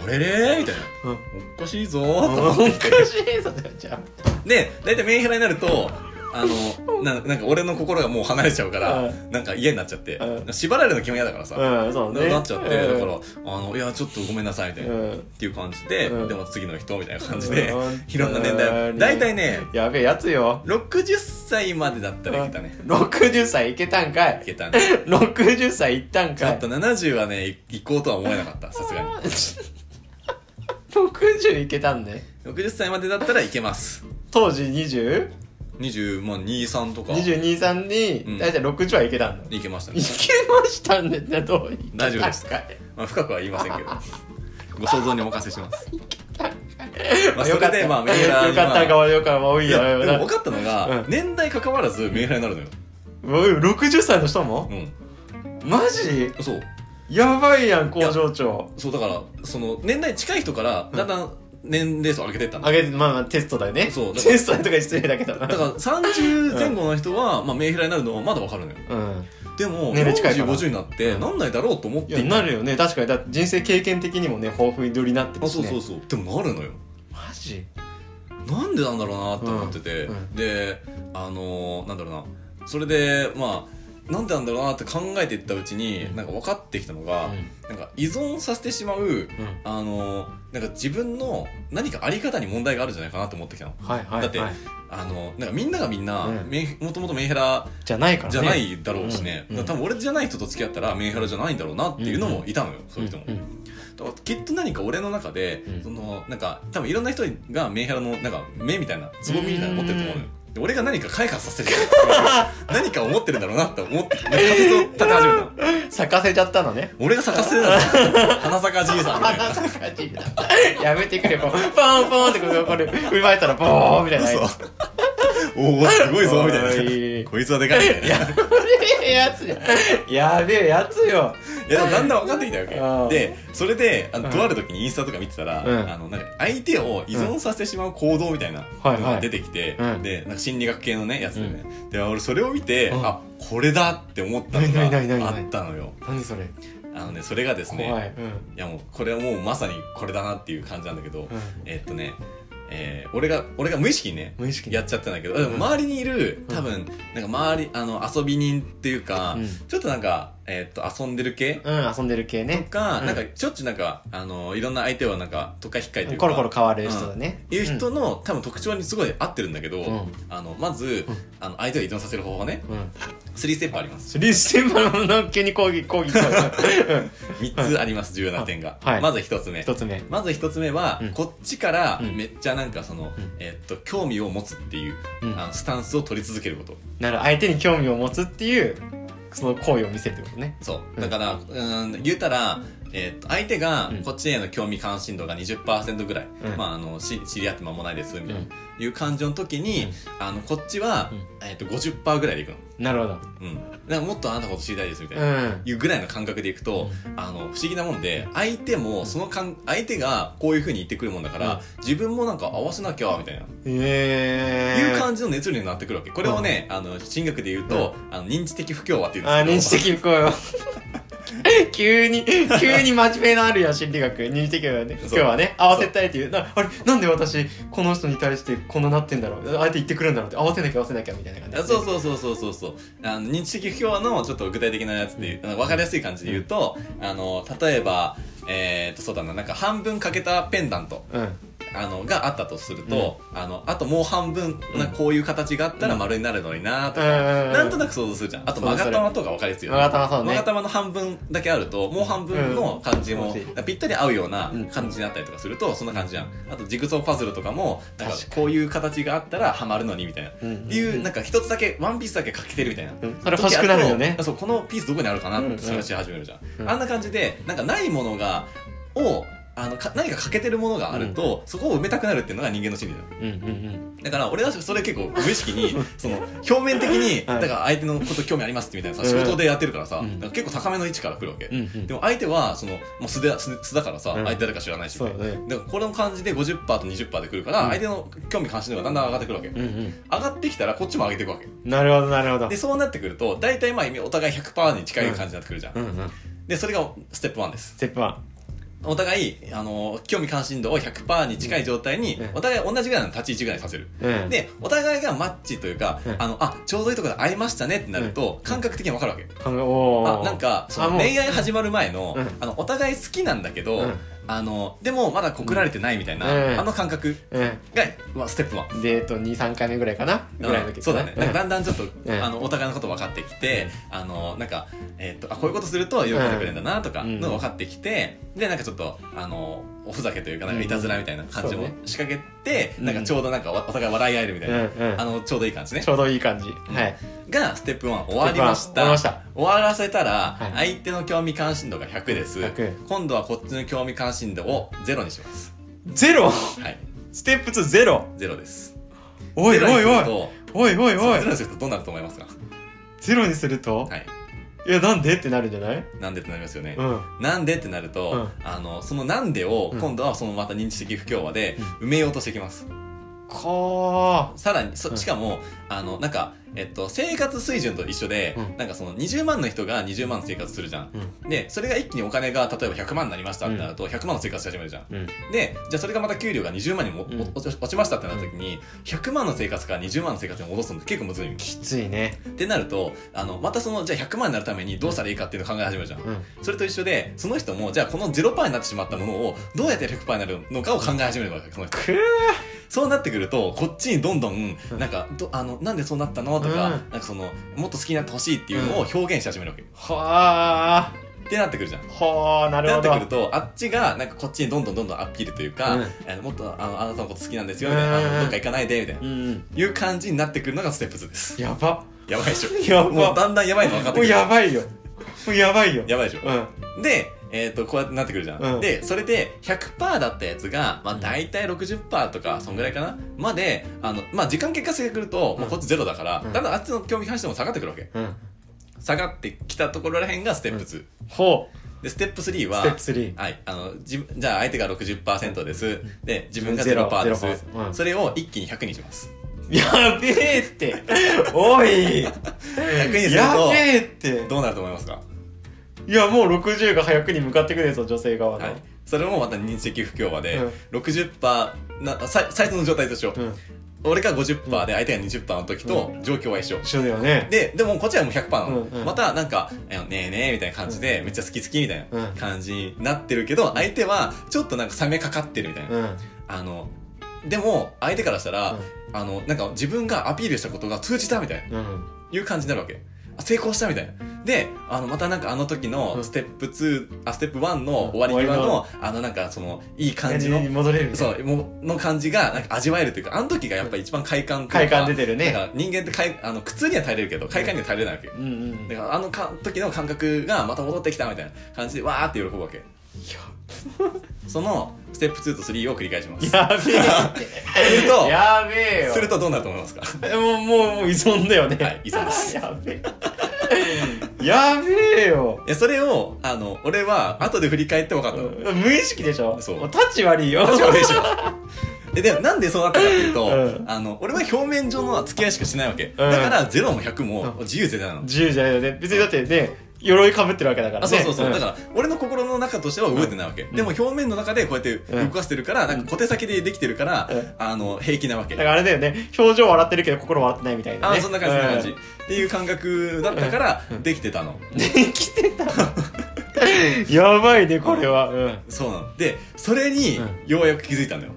Speaker 1: あれれみたいなおっかしいぞーと
Speaker 2: お
Speaker 1: 思っ
Speaker 2: か
Speaker 1: て
Speaker 2: しいぞじゃあ
Speaker 1: で大体メンヘラになるとあのななんか俺の心がもう離れちゃうから、
Speaker 2: う
Speaker 1: なんか嫌になっちゃって、
Speaker 2: う
Speaker 1: 縛られるの気も嫌だからさ、
Speaker 2: うん、そうね。
Speaker 1: なっちゃって、だから
Speaker 2: う
Speaker 1: あのいやちょっとごめんなさいみたいな、
Speaker 2: ん
Speaker 1: っ
Speaker 2: うん。
Speaker 1: ていう感じで、
Speaker 2: うん
Speaker 1: でも次の人みたいな感じで、
Speaker 2: うん
Speaker 1: いろんな年代大体ね
Speaker 2: やべえやつよ。
Speaker 1: 60歳までだったらいけたね、
Speaker 2: 60歳いけたんかい
Speaker 1: い。けた ね
Speaker 2: 60歳いったん
Speaker 1: ち
Speaker 2: か
Speaker 1: ょ
Speaker 2: い
Speaker 1: っと。70はねい行こうとは思えなかったさすがに
Speaker 2: 60いけたんね。
Speaker 1: 60歳までだったらいけます
Speaker 2: 当時 20?22、
Speaker 1: 20まあ23とか
Speaker 2: 3
Speaker 1: うん
Speaker 2: に、だいたい60はいけたんだ。い
Speaker 1: いけました
Speaker 2: け
Speaker 1: ね、
Speaker 2: ましたんでってどういけたんかい
Speaker 1: 大丈夫ですまあ、深くは言いませんけ どご想像にお任せしますまあそ
Speaker 2: よ
Speaker 1: れ
Speaker 2: かった
Speaker 1: でまあメーラーに
Speaker 2: よかったかもよかったかも多い
Speaker 1: い
Speaker 2: よ。
Speaker 1: やでも分
Speaker 2: も
Speaker 1: かったのが、
Speaker 2: うん
Speaker 1: 年代関わらずメーラーになるのよ
Speaker 2: う60歳の人も
Speaker 1: う
Speaker 2: マジ
Speaker 1: んそう
Speaker 2: やばいやん、工場長。
Speaker 1: そうだからその年代近い人からだんだん年齢層上げてったの、
Speaker 2: あげて、まあまあテストだよね。
Speaker 1: そうだから
Speaker 2: テストだとか失 礼だけどな。
Speaker 1: だから30前後の人は、まあ、メンヘラになるのはまだ分かるのよ
Speaker 2: うん。
Speaker 1: でも
Speaker 2: 年齢近いから
Speaker 1: 4050になってなんないだろうと思っ
Speaker 2: い
Speaker 1: て
Speaker 2: や、
Speaker 1: いた
Speaker 2: なるよね。確かに。だって人生経験的にもね、豊富に取りなってる
Speaker 1: あ
Speaker 2: し、
Speaker 1: そ
Speaker 2: ね。
Speaker 1: うそうそうでもなるのよ
Speaker 2: マジ
Speaker 1: なんでなんだろうなって思ってて、
Speaker 2: うんうん
Speaker 1: であのーなんだろうなそれでまあなんでなんだろうなって考えていったうちになんか分かってきたのが、なんか依存させてしまう
Speaker 2: うん。
Speaker 1: あのーなんか自分の何かあり方に問題があるんじゃないかなと思ってきたの
Speaker 2: はいはい、はい。
Speaker 1: だってあのなんかみんながみんな、
Speaker 2: うん
Speaker 1: メンもともとメンヘラ
Speaker 2: じゃないからね。
Speaker 1: じゃないだろうしね、
Speaker 2: うん
Speaker 1: だから多分俺じゃない人と付き合ったらメンヘラじゃないんだろうなっていうのもいたのよ、そういう人も、
Speaker 2: ん
Speaker 1: だからきっと何か俺の中で、
Speaker 2: うん
Speaker 1: そのなんか多分いろんな人がメンヘラのなんか目みたいなツボみたいなの持ってると思うのよで俺が何か開花させてる 何か思ってるんだろうなって思ってなんか仮説を立て始めたの
Speaker 2: 咲かせちゃったのね。
Speaker 1: 俺が咲かせてたの花咲かじいさんみたいな
Speaker 2: 咲かじいやめてくれ、こう、ポンポンってこう、これ、奪えたら、ボーンみたいな。
Speaker 1: 嘘おおすごいぞみたい
Speaker 2: い
Speaker 1: なこいつはでかいみたいな
Speaker 2: えやつや。やべえやつよ。
Speaker 1: いやでもだんだん分かってきた
Speaker 2: う
Speaker 1: わ
Speaker 2: ん
Speaker 1: けでそれであの、
Speaker 2: うん
Speaker 1: とある時にインスタとか見てたら、
Speaker 2: うん
Speaker 1: あのなんか相手を依存させてしまう行動みたいな
Speaker 2: はい
Speaker 1: のが出てきて、
Speaker 2: うん
Speaker 1: でなんか心理学系のねやつでね、で俺それを見て、
Speaker 2: うん
Speaker 1: あこれだって思ったの
Speaker 2: ないないない
Speaker 1: が
Speaker 2: な
Speaker 1: あ
Speaker 2: い
Speaker 1: ったのよ
Speaker 2: 何それ。
Speaker 1: あのねそれがですね、
Speaker 2: 怖
Speaker 1: い、
Speaker 2: い。うん。
Speaker 1: やもうこれはもうまさにこれだなっていう感じなんだけど、
Speaker 2: うん
Speaker 1: えっとね、えー俺が俺が無意識にね
Speaker 2: 無意識に。
Speaker 1: やっちゃったんだけど、でも周りにいる多分なんか周りあの遊び人っていうか、
Speaker 2: うん
Speaker 1: ちょっとなんか、えっと遊んでる系、
Speaker 2: うん、遊んでる系ね。
Speaker 1: か、
Speaker 2: うん
Speaker 1: なんかしょっちゅうなんかあのいろんな相手をなんかとか引っかいというか
Speaker 2: コロコロ変わる人だね。
Speaker 1: いう人の、多分特徴にすごい合ってるんだけど、
Speaker 2: うん
Speaker 1: あのまず、
Speaker 2: うん
Speaker 1: あの相手を依存させる方法ね
Speaker 2: うん。うん。
Speaker 1: 3ステップあります
Speaker 2: スリーセンバの急に攻撃、攻撃。 うん
Speaker 1: 3つあります、重要な点が、
Speaker 2: はい
Speaker 1: まず1つ目
Speaker 2: 一つ目。
Speaker 1: まず1つ目は、
Speaker 2: うん
Speaker 1: こっちから
Speaker 2: うん
Speaker 1: めっちゃなんかその、
Speaker 2: うん
Speaker 1: えっと興味を持つっていう、
Speaker 2: うん
Speaker 1: あのスタンスを取り続けること
Speaker 2: なる相手に興味を持つっていうその行為を見せるってことね
Speaker 1: そう
Speaker 2: うん
Speaker 1: だから、うーん、言うたら、えっと相手が
Speaker 2: うん
Speaker 1: こっちへの興味関心度が20%ぐらい、
Speaker 2: うん
Speaker 1: まあ、あのし知り合って間もないですみたいな、
Speaker 2: うん
Speaker 1: いう感情の時に、
Speaker 2: うん
Speaker 1: あのこっちは、えっと50%ぐらいでいくの、
Speaker 2: なるほど
Speaker 1: うん、だからもっとあなたのこと知りたいですみたいうな、
Speaker 2: ん
Speaker 1: いうぐらいの感覚でいくと、あの不思議なもんで相手もそのかん相手がこういうふうに言ってくるもんだから、
Speaker 2: うん
Speaker 1: 自分もなんか合わせなきゃみたいな、
Speaker 2: ええー、
Speaker 1: いう感じの熱量になってくるわけこれをね、あの心理学で言うと、あの認知的不協和っていうんです
Speaker 2: あ
Speaker 1: けど
Speaker 2: 認知的不協和 急に急に真面目なあるやん心理学認知的不協和ね
Speaker 1: そう
Speaker 2: 今日はね合わせたいっていうなあれなんで私この人に対してこんななってんだろう相手言ってくるんだろうって合わせなきゃ合わせなきゃみたいな感じ
Speaker 1: あそうそうそうそうそうそうあの認知的不協和のちょっと具体的なやつで、分かりやすい感じで言うと、あの例えばえー、とそうだななんか半分欠けたペンダント
Speaker 2: ううん
Speaker 1: あのがあったとすると、あのあともう半分なこういう形があったら丸になるのになとか、
Speaker 2: な
Speaker 1: なんとなく想像するじゃんあと曲がったまとか分かりやすいよ
Speaker 2: わがたまそう
Speaker 1: 曲
Speaker 2: ね
Speaker 1: がたまの半分だけあるともう半分の感じも
Speaker 2: うん
Speaker 1: なんかぴったり合うような感じになったりとかするとそんな感じじゃんあとジグソーパズルとかもなんか
Speaker 2: 確かに
Speaker 1: こういう形があったらハマるのにみたいな
Speaker 2: うん
Speaker 1: っていう、なんか一つだけ、ワンピースだけ欠けてるみたいな。
Speaker 2: うんそれ欲しくなるよ
Speaker 1: 時
Speaker 2: ね
Speaker 1: あとそう、このピースどこにあるかな
Speaker 2: うん
Speaker 1: っ
Speaker 2: うん
Speaker 1: て探し始めるじゃん。
Speaker 2: うん
Speaker 1: あんな感じで、なんかないものが、を、あの、か何か欠けてるものがあると、そこを埋めたくなるっていうのが人間の心理だよ。
Speaker 2: うんうんうん
Speaker 1: だから、俺はそれ結構無意識に、その、表面的に、
Speaker 2: は
Speaker 1: だ
Speaker 2: い
Speaker 1: から相手のこと興味ありますってみたいなさ、
Speaker 2: うん
Speaker 1: 仕事でやってるからさ、
Speaker 2: うん
Speaker 1: だから結構高めの位置から来るわけ
Speaker 2: う。んうん
Speaker 1: でも相手は、その、もう素で素素だからさ、
Speaker 2: うん
Speaker 1: 相手誰か知らないし。
Speaker 2: そうだね
Speaker 1: だからこれの感じで50%と20%で来るから、
Speaker 2: うん
Speaker 1: 相手の興味関心度がだんだん上がってくるわけ。
Speaker 2: うんうん
Speaker 1: 上がってきたらこっちも上げていくわけ。
Speaker 2: なるほどなるほど
Speaker 1: でそうなってくると大体まあお互い100%に近い感じになってくるじゃん、
Speaker 2: うんうん
Speaker 1: でそれがステップ1です
Speaker 2: ステップ1
Speaker 1: お互い、あの、興味関心度を100%に近い状態に
Speaker 2: うん、
Speaker 1: お互い同じぐらいの立ち位置ぐらいにさせる。
Speaker 2: うん
Speaker 1: で、お互いがマッチというか
Speaker 2: うん、
Speaker 1: あの、あ、ちょうどいいところで会いましたねってなると、感覚的にわかるわけ。
Speaker 2: あのおー
Speaker 1: あなんかそ
Speaker 2: あ
Speaker 1: の
Speaker 2: もう
Speaker 1: 恋愛始まる前の,、
Speaker 2: うん
Speaker 1: あのお互い好きなんだけど、
Speaker 2: うん
Speaker 1: あのでもまだ告られてないみたいな、
Speaker 2: うん
Speaker 1: あの感覚
Speaker 2: う
Speaker 1: が、まあ、ステップ1。
Speaker 2: んデート23回目ぐらいかなぐらいの時
Speaker 1: うんそうだね、なんかだんだんちょっと、
Speaker 2: うん
Speaker 1: あのお互いのこと分かってきて、あのなんか、えっとあこういうことすると喜んでくれるんだなとか
Speaker 2: うん
Speaker 1: のが分かってきて、でなんかちょっとあのおふざけというかなんかいたずらみたいな感じ
Speaker 2: うん
Speaker 1: も
Speaker 2: そうね
Speaker 1: 仕掛けて、
Speaker 2: うん
Speaker 1: なんかちょうどなんかおお互い笑い合えるみたい
Speaker 2: うん
Speaker 1: な、
Speaker 2: うん
Speaker 1: あのちょうどいい感じね
Speaker 2: ちょうどいい感じ、はい
Speaker 1: がステップ1終わりまし
Speaker 2: 終わり
Speaker 1: た
Speaker 2: ました
Speaker 1: 終わらせたら、
Speaker 2: は
Speaker 1: 相手の興味関心度が100です
Speaker 2: 100
Speaker 1: 今度はこっちの興味関心度をゼロにします
Speaker 2: ゼロ
Speaker 1: はい
Speaker 2: ステップ2ゼロ
Speaker 1: ゼロです
Speaker 2: おい
Speaker 1: ゼ
Speaker 2: お
Speaker 1: ロにす
Speaker 2: い
Speaker 1: る
Speaker 2: おい
Speaker 1: と
Speaker 2: おいおい
Speaker 1: そ
Speaker 2: お
Speaker 1: うゼロ
Speaker 2: い
Speaker 1: にするとどうなると思いますか
Speaker 2: ゼロにすると、
Speaker 1: はい
Speaker 2: い、やなんでってなるんじゃない
Speaker 1: なんでってなりますよね、
Speaker 2: うん
Speaker 1: なんでってなると、
Speaker 2: う
Speaker 1: あのそのなんでを
Speaker 2: うん
Speaker 1: 今度はそのまた認知的不協和で埋めようとしてきます、
Speaker 2: か
Speaker 1: さらに
Speaker 2: う
Speaker 1: そ
Speaker 2: ん
Speaker 1: しかも、あのなんか、えっと、生活水準と一緒で、
Speaker 2: うん
Speaker 1: なんかその20万の人が20万生活するじゃん
Speaker 2: ー
Speaker 1: でそれが一気にお金が例えば100万になりましたってなると100万の生活し始めるじゃん、
Speaker 2: うん
Speaker 1: でじゃあそれがまた給料が20万にも、
Speaker 2: うん
Speaker 1: 落ち落ちましたってなった時に100万の生活から20万の生活に戻すのって結構むずい
Speaker 2: きついね
Speaker 1: ってなるとあのまたそのじゃあ100万になるためにどうしたらいいかっていうのを考え始めるじゃん
Speaker 2: うん
Speaker 1: それと一緒でその人もじゃあこの0パーになってしまったものをどうやって100パーになるのかを考え始めるわけその人
Speaker 2: くー
Speaker 1: そうなってくるとこっちにどんどん
Speaker 2: うん
Speaker 1: なんかどあのなんでそうなったのとか,、
Speaker 2: うん
Speaker 1: なんかそのもっと好きになってほしいっていうのを表現し始めるわけ、
Speaker 2: はあ
Speaker 1: ってなってくるじゃん
Speaker 2: はあなる
Speaker 1: なっ
Speaker 2: ほ
Speaker 1: て
Speaker 2: ど
Speaker 1: くるとあっちがなんかこっちにどんどんどんどんアピールというか、
Speaker 2: うん
Speaker 1: あのもっとあのあなたのこと好きなんですよみたいな、
Speaker 2: うんうん
Speaker 1: あのどっか行かないでみたいな、
Speaker 2: うん
Speaker 1: いう感じになってくるのがステップ2です
Speaker 2: やば
Speaker 1: やばいでしょ
Speaker 2: やば
Speaker 1: もうだんだんやばいの分かって
Speaker 2: も
Speaker 1: くる
Speaker 2: うやばいよもうやばいよ
Speaker 1: やばいでし
Speaker 2: う
Speaker 1: ょ
Speaker 2: ん
Speaker 1: でえっとこうやってなってくるじゃん、
Speaker 2: うん
Speaker 1: でそれで100%だったやつが、まあ、大体60%とかそんぐらいかなまであの、まあ、時間経過してくると、もうこっちゼロだから、
Speaker 2: うん
Speaker 1: だんだんあっちの興味関心も下がってくるわけ
Speaker 2: うん
Speaker 1: 下がってきたところらへんがステップ2、
Speaker 2: ほ
Speaker 1: でステップ3
Speaker 2: う
Speaker 1: は
Speaker 2: ステップ3
Speaker 1: はい、あのじじゃあ相手が60%ですで自分が
Speaker 2: ゼロ
Speaker 1: 0%です
Speaker 2: ゼロパーうん
Speaker 1: それを一気に100にします
Speaker 2: やべえってお
Speaker 1: 100
Speaker 2: い
Speaker 1: にする
Speaker 2: やべえって
Speaker 1: とどうなると思いますか、
Speaker 2: いやもう60が早くに向かってくるやつ女性側の、
Speaker 1: はい、それもまた認知的不協和で、
Speaker 2: うん
Speaker 1: 60%な最最初の状態としよう、
Speaker 2: うん
Speaker 1: 俺が50%で相手が20%の時と状況は一緒、
Speaker 2: 一緒だよね
Speaker 1: ででもこっちはもう100%なの、
Speaker 2: うんうん
Speaker 1: またなんか「あのねえねえ」みたいな感じで、めっちゃ好き好きみたいな
Speaker 2: うん
Speaker 1: 感じになってるけど相手はちょっとなんか冷めかかってるみたいな、
Speaker 2: うん
Speaker 1: あのでも相手からしたら、
Speaker 2: う
Speaker 1: あのなんか自分がアピールしたことが通じたみたいな
Speaker 2: うん
Speaker 1: いう感じになるわけあ成功したみたいなであのまたなんかあの時
Speaker 2: う
Speaker 1: の
Speaker 2: ん
Speaker 1: ステップ2、あステップ1の終わり際
Speaker 2: 終
Speaker 1: の
Speaker 2: わ
Speaker 1: あのなんかそのいい感じの
Speaker 2: に戻れるみたいな
Speaker 1: そうもうの感じがなんか味わえるというかあの時がやっぱり一番快感という
Speaker 2: 快
Speaker 1: か
Speaker 2: 感出てるね
Speaker 1: なんか人間ってかいあの苦痛には耐えれるけど快感には耐えれないわけ、
Speaker 2: うんうん
Speaker 1: だからあのか時の感覚がまた戻ってきたみたいな感じでわーって喜ぶわけそのステップ2と3を繰り返します
Speaker 2: やべ
Speaker 1: する
Speaker 2: え
Speaker 1: と
Speaker 2: やべえよ
Speaker 1: するとどうなると思いますか
Speaker 2: もうもうもう依存だよね
Speaker 1: はい依存です
Speaker 2: やべえやべえよ
Speaker 1: いやそれをあの俺は後で振り返って分かったの
Speaker 2: 無意識でしょ
Speaker 1: そう
Speaker 2: も立ち悪いよ
Speaker 1: 立場でしょえでもなんでそうなったかっていうと、
Speaker 2: うん
Speaker 1: あの俺は表面上のは付き合いしかしないわけ、だから0も100も
Speaker 2: うん
Speaker 1: 自由自在なの、
Speaker 2: 自由じゃないよね別にだってね鎧かぶってるわけだからね
Speaker 1: あそうそうそう、
Speaker 2: ん
Speaker 1: だから俺の心の中としては動いてないわけ、
Speaker 2: ん
Speaker 1: でも表面の中でこうやって動かしてるから、なんか小手先でできてるから、
Speaker 2: うん
Speaker 1: あの平気なわけ、
Speaker 2: だからあれだよね表情笑ってるけど心笑ってないみたいな、
Speaker 1: あ
Speaker 2: ね、
Speaker 1: そんな感じそんな感じ、
Speaker 2: う
Speaker 1: っていう感覚だったから、
Speaker 2: うん
Speaker 1: できてたの、
Speaker 2: できてたやばいねこれは、うん、
Speaker 1: そうなのでそれに
Speaker 2: う
Speaker 1: ようやく気づいたのよ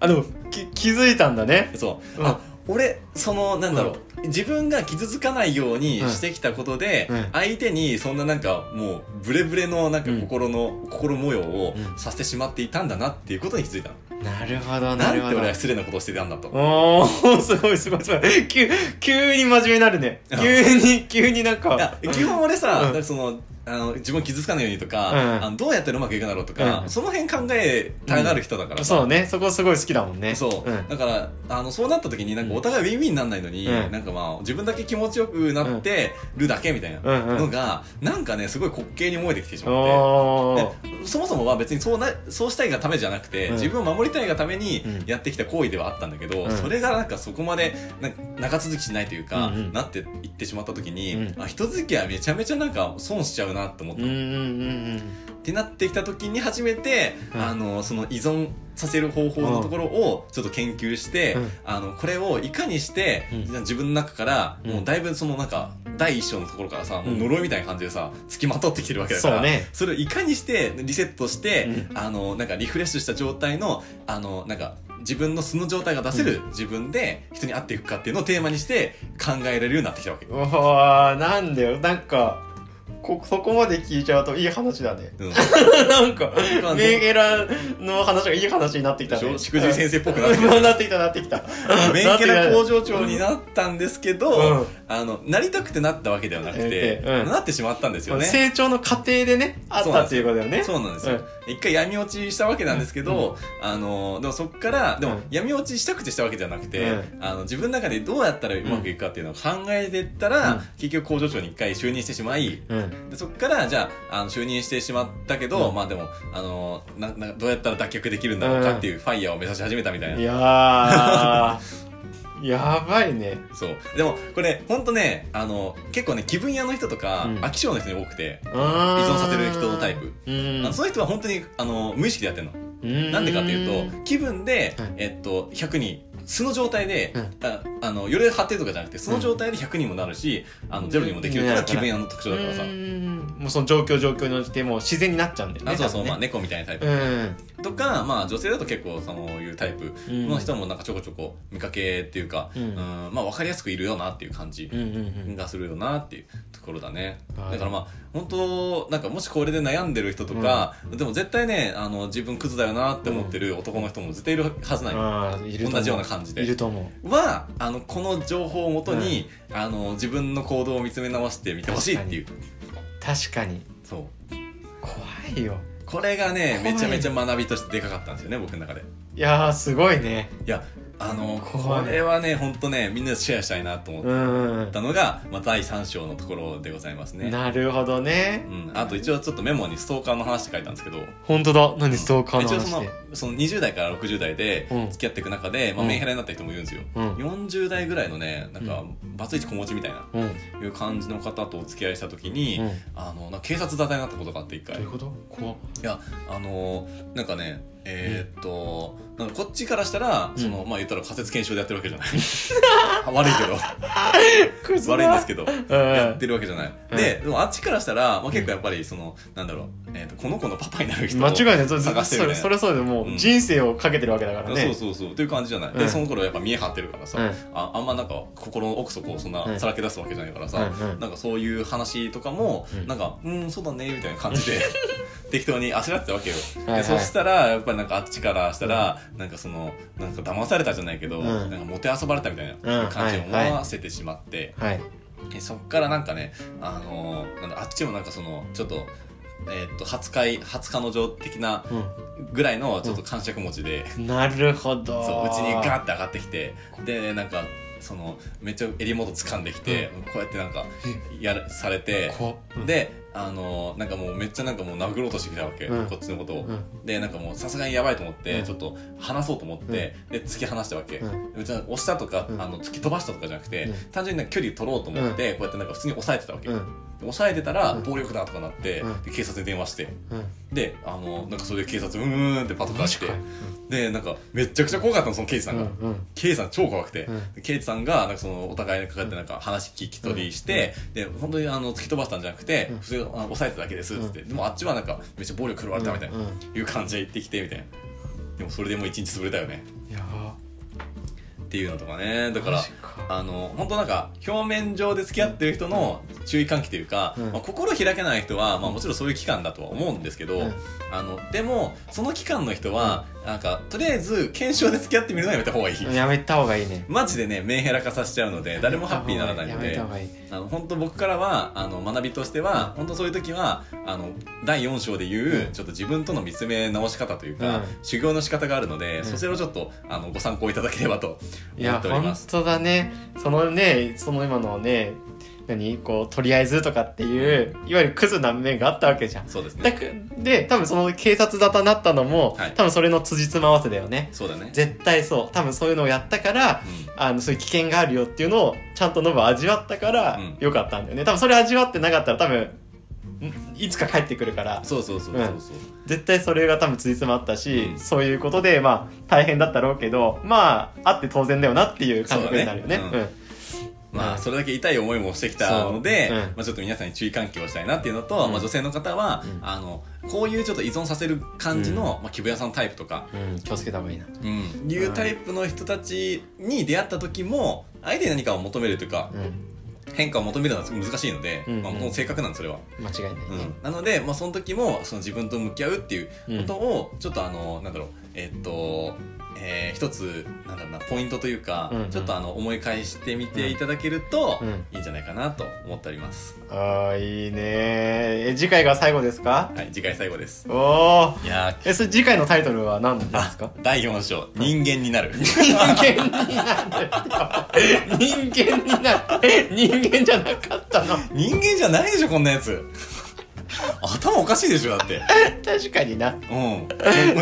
Speaker 2: あでもき気づいたんだね
Speaker 1: そう、
Speaker 2: うん
Speaker 1: あ俺そのなんだろう、自分が傷つかないようにしてきたことで、
Speaker 2: うん
Speaker 1: 相手にそんななんかもうブレブレのなんか
Speaker 2: うん
Speaker 1: 心の、心模様を
Speaker 2: うん
Speaker 1: させてしまっていたんだなっていうことに気づいたの、
Speaker 2: なるほ
Speaker 1: な
Speaker 2: どなんる
Speaker 1: て
Speaker 2: ほど
Speaker 1: 俺は失礼なことをしてたんだと、
Speaker 2: おーすごいすごいすごい急急に真面目になるね
Speaker 1: うん
Speaker 2: 急に急になん
Speaker 1: いや
Speaker 2: か
Speaker 1: 基本俺さ、
Speaker 2: うん
Speaker 1: なんかそのあの自分を傷つかないようにとか、
Speaker 2: うん
Speaker 1: あのどうやったらうまくいくだろうとか、
Speaker 2: うん
Speaker 1: その辺考えたがる人だからさ、
Speaker 2: そうねそこすごい好きだもんね
Speaker 1: そう、
Speaker 2: ん
Speaker 1: だからあのそうなった時になんかお互いウィンウィンになんないのに、
Speaker 2: うん
Speaker 1: なんかまあ自分だけ気持ちよくなってるだけみたいな
Speaker 2: うんうん
Speaker 1: のが、なんかねすごい滑稽に思えてきてしまって。
Speaker 2: お
Speaker 1: で
Speaker 2: ー
Speaker 1: そもそもは別にそうなそうしたいがためじゃなくて、
Speaker 2: うん
Speaker 1: 自分を守りたいがために
Speaker 2: うん
Speaker 1: やってきた行為ではあったんだけど、
Speaker 2: うん
Speaker 1: それがなんかそこまでなんか長続きしないというか、
Speaker 2: うんうん
Speaker 1: なっていってしまった時に、
Speaker 2: うん
Speaker 1: あ人付き合いめちゃめちゃなんか損しちゃうなと思っ
Speaker 2: う
Speaker 1: た、
Speaker 2: んう
Speaker 1: っ
Speaker 2: んうん
Speaker 1: てなってきた時に初めて、
Speaker 2: うん
Speaker 1: あのその依存させる方法のところをちょっと研究して、
Speaker 2: うん
Speaker 1: あのこれをいかにして、
Speaker 2: うん
Speaker 1: じゃあ自分の中から、
Speaker 2: うん
Speaker 1: もうだいぶそのなんか第一章のところからさ、もう呪いみたいな感じでさつきまとってきてるわ
Speaker 2: う
Speaker 1: け
Speaker 2: ん。
Speaker 1: だか
Speaker 2: そ
Speaker 1: ら
Speaker 2: うね。
Speaker 1: それをいかにしてリセットして、
Speaker 2: う
Speaker 1: あのなんかリフレッシュした状態のあのなんか自分の素の状態が出せる自分で人に会っていくかっていうのをテーマにして考えられるようになってきたわけ。
Speaker 2: うわーなんだよ。なんか、こ、そこまで聞いちゃうといい話だね。
Speaker 1: うん、
Speaker 2: なんか
Speaker 1: まあ、
Speaker 2: メンヘラの話がいい話になってきた
Speaker 1: でし
Speaker 2: ね。
Speaker 1: ょしくじり先生っぽくな
Speaker 2: な
Speaker 1: っ
Speaker 2: ってて
Speaker 1: き
Speaker 2: き
Speaker 1: た
Speaker 2: た。 なってきた、なってきた。
Speaker 1: メンヘラ工場長に
Speaker 2: っ
Speaker 1: なったんですけど、
Speaker 2: うん
Speaker 1: あのなりたくてなったわけではなくて、
Speaker 2: うん
Speaker 1: なってしまったんですよね。
Speaker 2: 成長の過程でね、あったっていうことだよね。
Speaker 1: そうなんですよ、
Speaker 2: うん
Speaker 1: 一回闇落ちしたわけなんですけど、あのでもそっからで
Speaker 2: う
Speaker 1: も
Speaker 2: ん
Speaker 1: 闇落ちしたくてしたわけじゃなくて、
Speaker 2: う
Speaker 1: あの自分の中でどうやったらうまくいくかっていうのを考えてったら、
Speaker 2: うん
Speaker 1: 結局工場長に一回就任してしまい
Speaker 2: うん。
Speaker 1: でそっからじゃああの就任してしまったけど、
Speaker 2: うん
Speaker 1: まあでもあのななどうやったら脱却できるんだろうかっていうファイヤーを目指し始めたみたいな。
Speaker 2: いや ー、やばいね。
Speaker 1: そうでもこれほんとねあの結構ね気分屋の人とか、
Speaker 2: うん
Speaker 1: 飽き性の人に多くて
Speaker 2: 依
Speaker 1: 依存
Speaker 2: 存
Speaker 1: させる人のタイ。プ、
Speaker 2: う
Speaker 1: あ
Speaker 2: ん
Speaker 1: の。その人は本当にあの無意識でやってるのな
Speaker 2: なん
Speaker 1: でかっていうと気分で、
Speaker 2: はい
Speaker 1: えっと、100人素の状態で、
Speaker 2: うん
Speaker 1: ああの夜張ってるとかじゃなくて素の状態で100人もなるし、あのゼロにもできるっていうのが気分屋の特徴だからさ、
Speaker 2: もうその状況状況に応じてもう自然になっちゃうんだよね
Speaker 1: あそうそう、ま
Speaker 2: 多
Speaker 1: あ、
Speaker 2: 分
Speaker 1: 猫みたいなタイプ、
Speaker 2: ね
Speaker 1: とか、まあ、女性だと結構そういうタイプ
Speaker 2: うん
Speaker 1: の人もなんかちょこちょこ見かけっていうか、
Speaker 2: うん
Speaker 1: うんまあ、分かりやすくいるよなっていう感じ
Speaker 2: うんうんうん
Speaker 1: がするよなっていうところだね、
Speaker 2: はい
Speaker 1: だからまあ本当なんかもしこれで悩んでる人とか、でも絶対ねあの自分クズだよなって思ってる男の人も絶対いるはずない、
Speaker 2: あーいると思
Speaker 1: 同じような感じで
Speaker 2: いると思
Speaker 1: はあのこの情報をもとに、あの自分の行動を見つめ直してみてほしいっていう
Speaker 2: う確かに
Speaker 1: そう
Speaker 2: 怖いよ
Speaker 1: これがね
Speaker 2: 怖い
Speaker 1: めちゃめちゃ学びとしてでかかったんですよね僕の中で
Speaker 2: いやーすごいね
Speaker 1: いやあの
Speaker 2: 怖
Speaker 1: こ
Speaker 2: い
Speaker 1: れはね本当ねみんなでシェアしたいなと思
Speaker 2: う
Speaker 1: っ
Speaker 2: んうん
Speaker 1: たのが、まあ、第3章のところでございます
Speaker 2: うん
Speaker 1: ね
Speaker 2: なるほどね
Speaker 1: うん、あと一応ちょっとメモにストーカーの話って書いたんですけど
Speaker 2: 本当だ何ストーカーの
Speaker 1: 一応
Speaker 2: 話
Speaker 1: その
Speaker 2: で
Speaker 1: その20代から60代で
Speaker 2: うん
Speaker 1: 付き合っていく中で、ま
Speaker 2: う
Speaker 1: あ、
Speaker 2: ん
Speaker 1: メンヘラになった人もいるんですよ、
Speaker 2: うん
Speaker 1: 40代ぐらいのねなんか
Speaker 2: う
Speaker 1: バツイチ子持ちみたいな
Speaker 2: うんうん
Speaker 1: いう感じの方とお付き合いした時に、
Speaker 2: ど
Speaker 1: あのなんか警察沙汰になったことがあって一
Speaker 2: う
Speaker 1: 回
Speaker 2: いうこと怖っ
Speaker 1: いやあのなんかねえーっとなんかこっちからしたら、
Speaker 2: うん
Speaker 1: そのまあ言ったら仮説検証でやってるわけじゃない悪い けど
Speaker 2: ク ズだ
Speaker 1: 悪いんですけどやっ
Speaker 2: う
Speaker 1: てるわけじゃない、
Speaker 2: うん
Speaker 1: ででもあっちからしたら、まあ、結構やっぱりその、なんだろう、えーっとこの子のパパになる人
Speaker 2: ん
Speaker 1: を
Speaker 2: 間違いないそ
Speaker 1: 探
Speaker 2: れ
Speaker 1: して
Speaker 2: そ
Speaker 1: るね
Speaker 2: れそれそうでも
Speaker 1: う
Speaker 2: うん人生をかけてるわけだから
Speaker 1: そう
Speaker 2: ね
Speaker 1: そうそうっていう感じじゃない、
Speaker 2: う
Speaker 1: で
Speaker 2: ん
Speaker 1: その頃やっぱ見え張ってるからさ、
Speaker 2: うん
Speaker 1: ああんまなんか心の奥底をそん
Speaker 2: うん
Speaker 1: なさらけ出すわけじゃないからさ、
Speaker 2: うんうん
Speaker 1: なんかそういう話とかも、
Speaker 2: うん
Speaker 1: なんか「うんそうだね」みたいな感じ で適当にあしらってたわけよ、
Speaker 2: はいはい
Speaker 1: でそしたらやっぱりなんかあっちからしたら、なんかそのなんか騙されたじゃないけど、
Speaker 2: うん
Speaker 1: なんかもてあそばれたみたいな感じを思わせてしまって、
Speaker 2: はい
Speaker 1: でそっからなんかね、あのーなんだあっちもなんかそのちょっと。えーっと初恋初彼女的なぐらいのちょっと感触持ちで、
Speaker 2: うんなるほど
Speaker 1: そううちにガーって上がってきてでなんかそのめっちゃ襟元掴んできて、こうやってなんかやらされて
Speaker 2: 怖っうん
Speaker 1: であのなんかもうめっちゃなんかもう殴ろうとしてきたわけ、
Speaker 2: うん
Speaker 1: こっちのことを、
Speaker 2: うん
Speaker 1: でなんかもうさすがにやばいと思って、
Speaker 2: うん
Speaker 1: ちょっと話そうと思って、で突き放したわけ、
Speaker 2: う
Speaker 1: 別に押したとか、
Speaker 2: うん
Speaker 1: あの突き飛ばしたとかじゃなくて、
Speaker 2: うん
Speaker 1: 単純になんか距離取ろうと思って、こうやってなんか普通に押さえてたわけ、
Speaker 2: う
Speaker 1: で
Speaker 2: ん
Speaker 1: 押さえてたら、
Speaker 2: うん
Speaker 1: 暴力だとかなって、
Speaker 2: うん
Speaker 1: で警察に電話して
Speaker 2: うん
Speaker 1: であのなんかそれで警察うーんってパトカー来て
Speaker 2: 確かに
Speaker 1: でなんかめっちゃくちゃ怖かったのその刑事さんが、
Speaker 2: うんうん
Speaker 1: 刑事さん超怖くて、
Speaker 2: う
Speaker 1: 刑事さんがなんかそのお互いにかかってなんか話聞き取りして、で本当にあの突き飛ばしたんじゃなくて、
Speaker 2: うん
Speaker 1: 普通にあの抑えただけですっつって、でもあっちはなんかめっちゃ暴力振るわれたみたいな、
Speaker 2: うんうん
Speaker 1: いう感じで行ってきてみたいなでもそれでもう一日潰れたよね
Speaker 2: いや
Speaker 1: っていうのとかねだ
Speaker 2: だ
Speaker 1: からあの本当なんか表面上で付き合ってる人の注意喚起というか、
Speaker 2: うん
Speaker 1: まあ、心開けない人は、まあ、もちろんそういう期間だとは思うんですけど、
Speaker 2: うん
Speaker 1: あのでもその期間の人はなんかとりあえず検証で付き合ってみるのはやめた方がいい。
Speaker 2: やめた方がいいね
Speaker 1: マジでねメンヘラ化させちゃうので誰もハッピーにならない
Speaker 2: や
Speaker 1: の
Speaker 2: め
Speaker 1: で
Speaker 2: た方がいい
Speaker 1: あの本当僕からはあの学びとしては本当そういう時はあの第4章で言う、
Speaker 2: うん
Speaker 1: ちょっと自分との見つめ直し方というか、
Speaker 2: うん
Speaker 1: 修行の仕方があるので、
Speaker 2: ん
Speaker 1: そちらをちょっとあのご参考いただければと
Speaker 2: い
Speaker 1: 思
Speaker 2: や
Speaker 1: っておりま
Speaker 2: 本
Speaker 1: す。
Speaker 2: 当だねそのねその今のね何こうとりあえずとかっていういわゆるクズな面があったわけじゃん
Speaker 1: そうです
Speaker 2: だ
Speaker 1: ね。
Speaker 2: くで多分その警察沙汰になったのも、
Speaker 1: はい
Speaker 2: 多分それの辻褄合わせだよね
Speaker 1: そうだね。
Speaker 2: 絶対そう多分そういうのをやったからあのそういう危険があるよっていうのをちゃんとノブは味わったから
Speaker 1: うん
Speaker 2: よかったんだよね、多分それ味わってなかったら多分んいつか帰ってくるから
Speaker 1: そうそうそうそうそう、
Speaker 2: 絶対それが多分ついつまあったし、
Speaker 1: うん
Speaker 2: そういうことでまあ大変だったろうけどまああって当然だよなっていう感覚になるよね
Speaker 1: そうだ
Speaker 2: う
Speaker 1: ね
Speaker 2: ん
Speaker 1: ま
Speaker 2: うん
Speaker 1: あ、それだけ痛い思いもしてきたので、
Speaker 2: そううん
Speaker 1: まあ、ちょっと皆さんに注意喚起をしたいなっていうのと、
Speaker 2: うん
Speaker 1: まあ、女性の方は、
Speaker 2: うん
Speaker 1: あのこういうちょっと依存させる感じの、まあ、木部屋さんタイプとか、
Speaker 2: うん、気をつけた方がいいな。
Speaker 1: うん、いうタイプの人たちに出会った時も相手に何かを求めるというか
Speaker 2: うん、
Speaker 1: 変化を求めるのは難しいので、
Speaker 2: うん
Speaker 1: まあ、もう性格なんでそれは、
Speaker 2: 間違いな
Speaker 1: う
Speaker 2: いね。
Speaker 1: ん、なので、まあ、その時もその自分と向き合うっていう
Speaker 2: うん
Speaker 1: ことをちょっとあのなんだろうえっと、えー一つなんだろうなポイントというか、
Speaker 2: うんうん
Speaker 1: ちょっとあの思い返してみていただけると、
Speaker 2: うん
Speaker 1: いいんじゃないかなと思っております
Speaker 2: ああ、いいねえ、次回が最後ですか
Speaker 1: はい次回最後です
Speaker 2: おお。
Speaker 1: いや
Speaker 2: え、それ次回のタイトルは何ですか
Speaker 1: ー第4章人間にな る
Speaker 2: 人間になる。人間になる。人間じゃなかったの。
Speaker 1: 人間じゃないでしょこんなやつ頭おかしいでしょだって
Speaker 2: 確かにな。
Speaker 1: うんもう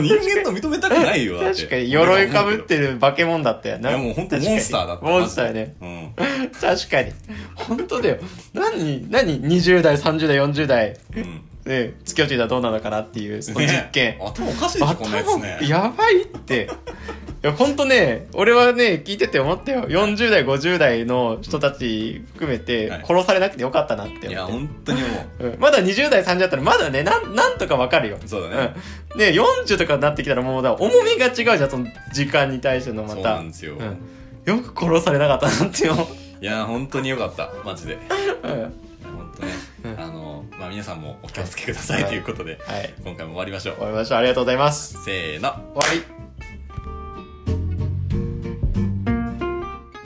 Speaker 1: 人間と認めたくないよだって
Speaker 2: 確かに、鎧かぶってる化け物だったよ
Speaker 1: い
Speaker 2: な。
Speaker 1: やもう本当モンスターだった
Speaker 2: 確かにモンスターね。
Speaker 1: ね
Speaker 2: 確かに。本当だよ。何、何、20代、30代、40代、
Speaker 1: うん、うん
Speaker 2: ね、付き合っていたらどうなのかなっていう、その実
Speaker 1: ね
Speaker 2: 験。
Speaker 1: 頭おかしいでしょこんなやつね
Speaker 2: 頭やばいって。いや、ほんとね、俺はね、聞いてて思ったよ。40代、50代の人たち含めて
Speaker 1: は、い
Speaker 2: 殺されなくてよかったなっ
Speaker 1: い
Speaker 2: て思
Speaker 1: や
Speaker 2: って。
Speaker 1: 本当にも
Speaker 2: うんまだ20代、30代だったら、まだね、なん、なんとかわかるよ。
Speaker 1: うそうだ
Speaker 2: うん
Speaker 1: ね、。
Speaker 2: で、40とかになってきたら、もうだ、重みが違うじゃん、その時間に対してのま
Speaker 1: そう
Speaker 2: た。
Speaker 1: なんですよ、
Speaker 2: うん。よく殺されなかったなって思う。
Speaker 1: いや本当によかったマジで
Speaker 2: うん
Speaker 1: 本当ね
Speaker 2: うん
Speaker 1: あのまあ皆さんもお気をつけくださいということで、
Speaker 2: はい。
Speaker 1: 今回も終わりましょう
Speaker 2: 終わりましょう。ありがとうございます。
Speaker 1: せーの
Speaker 2: 終わり。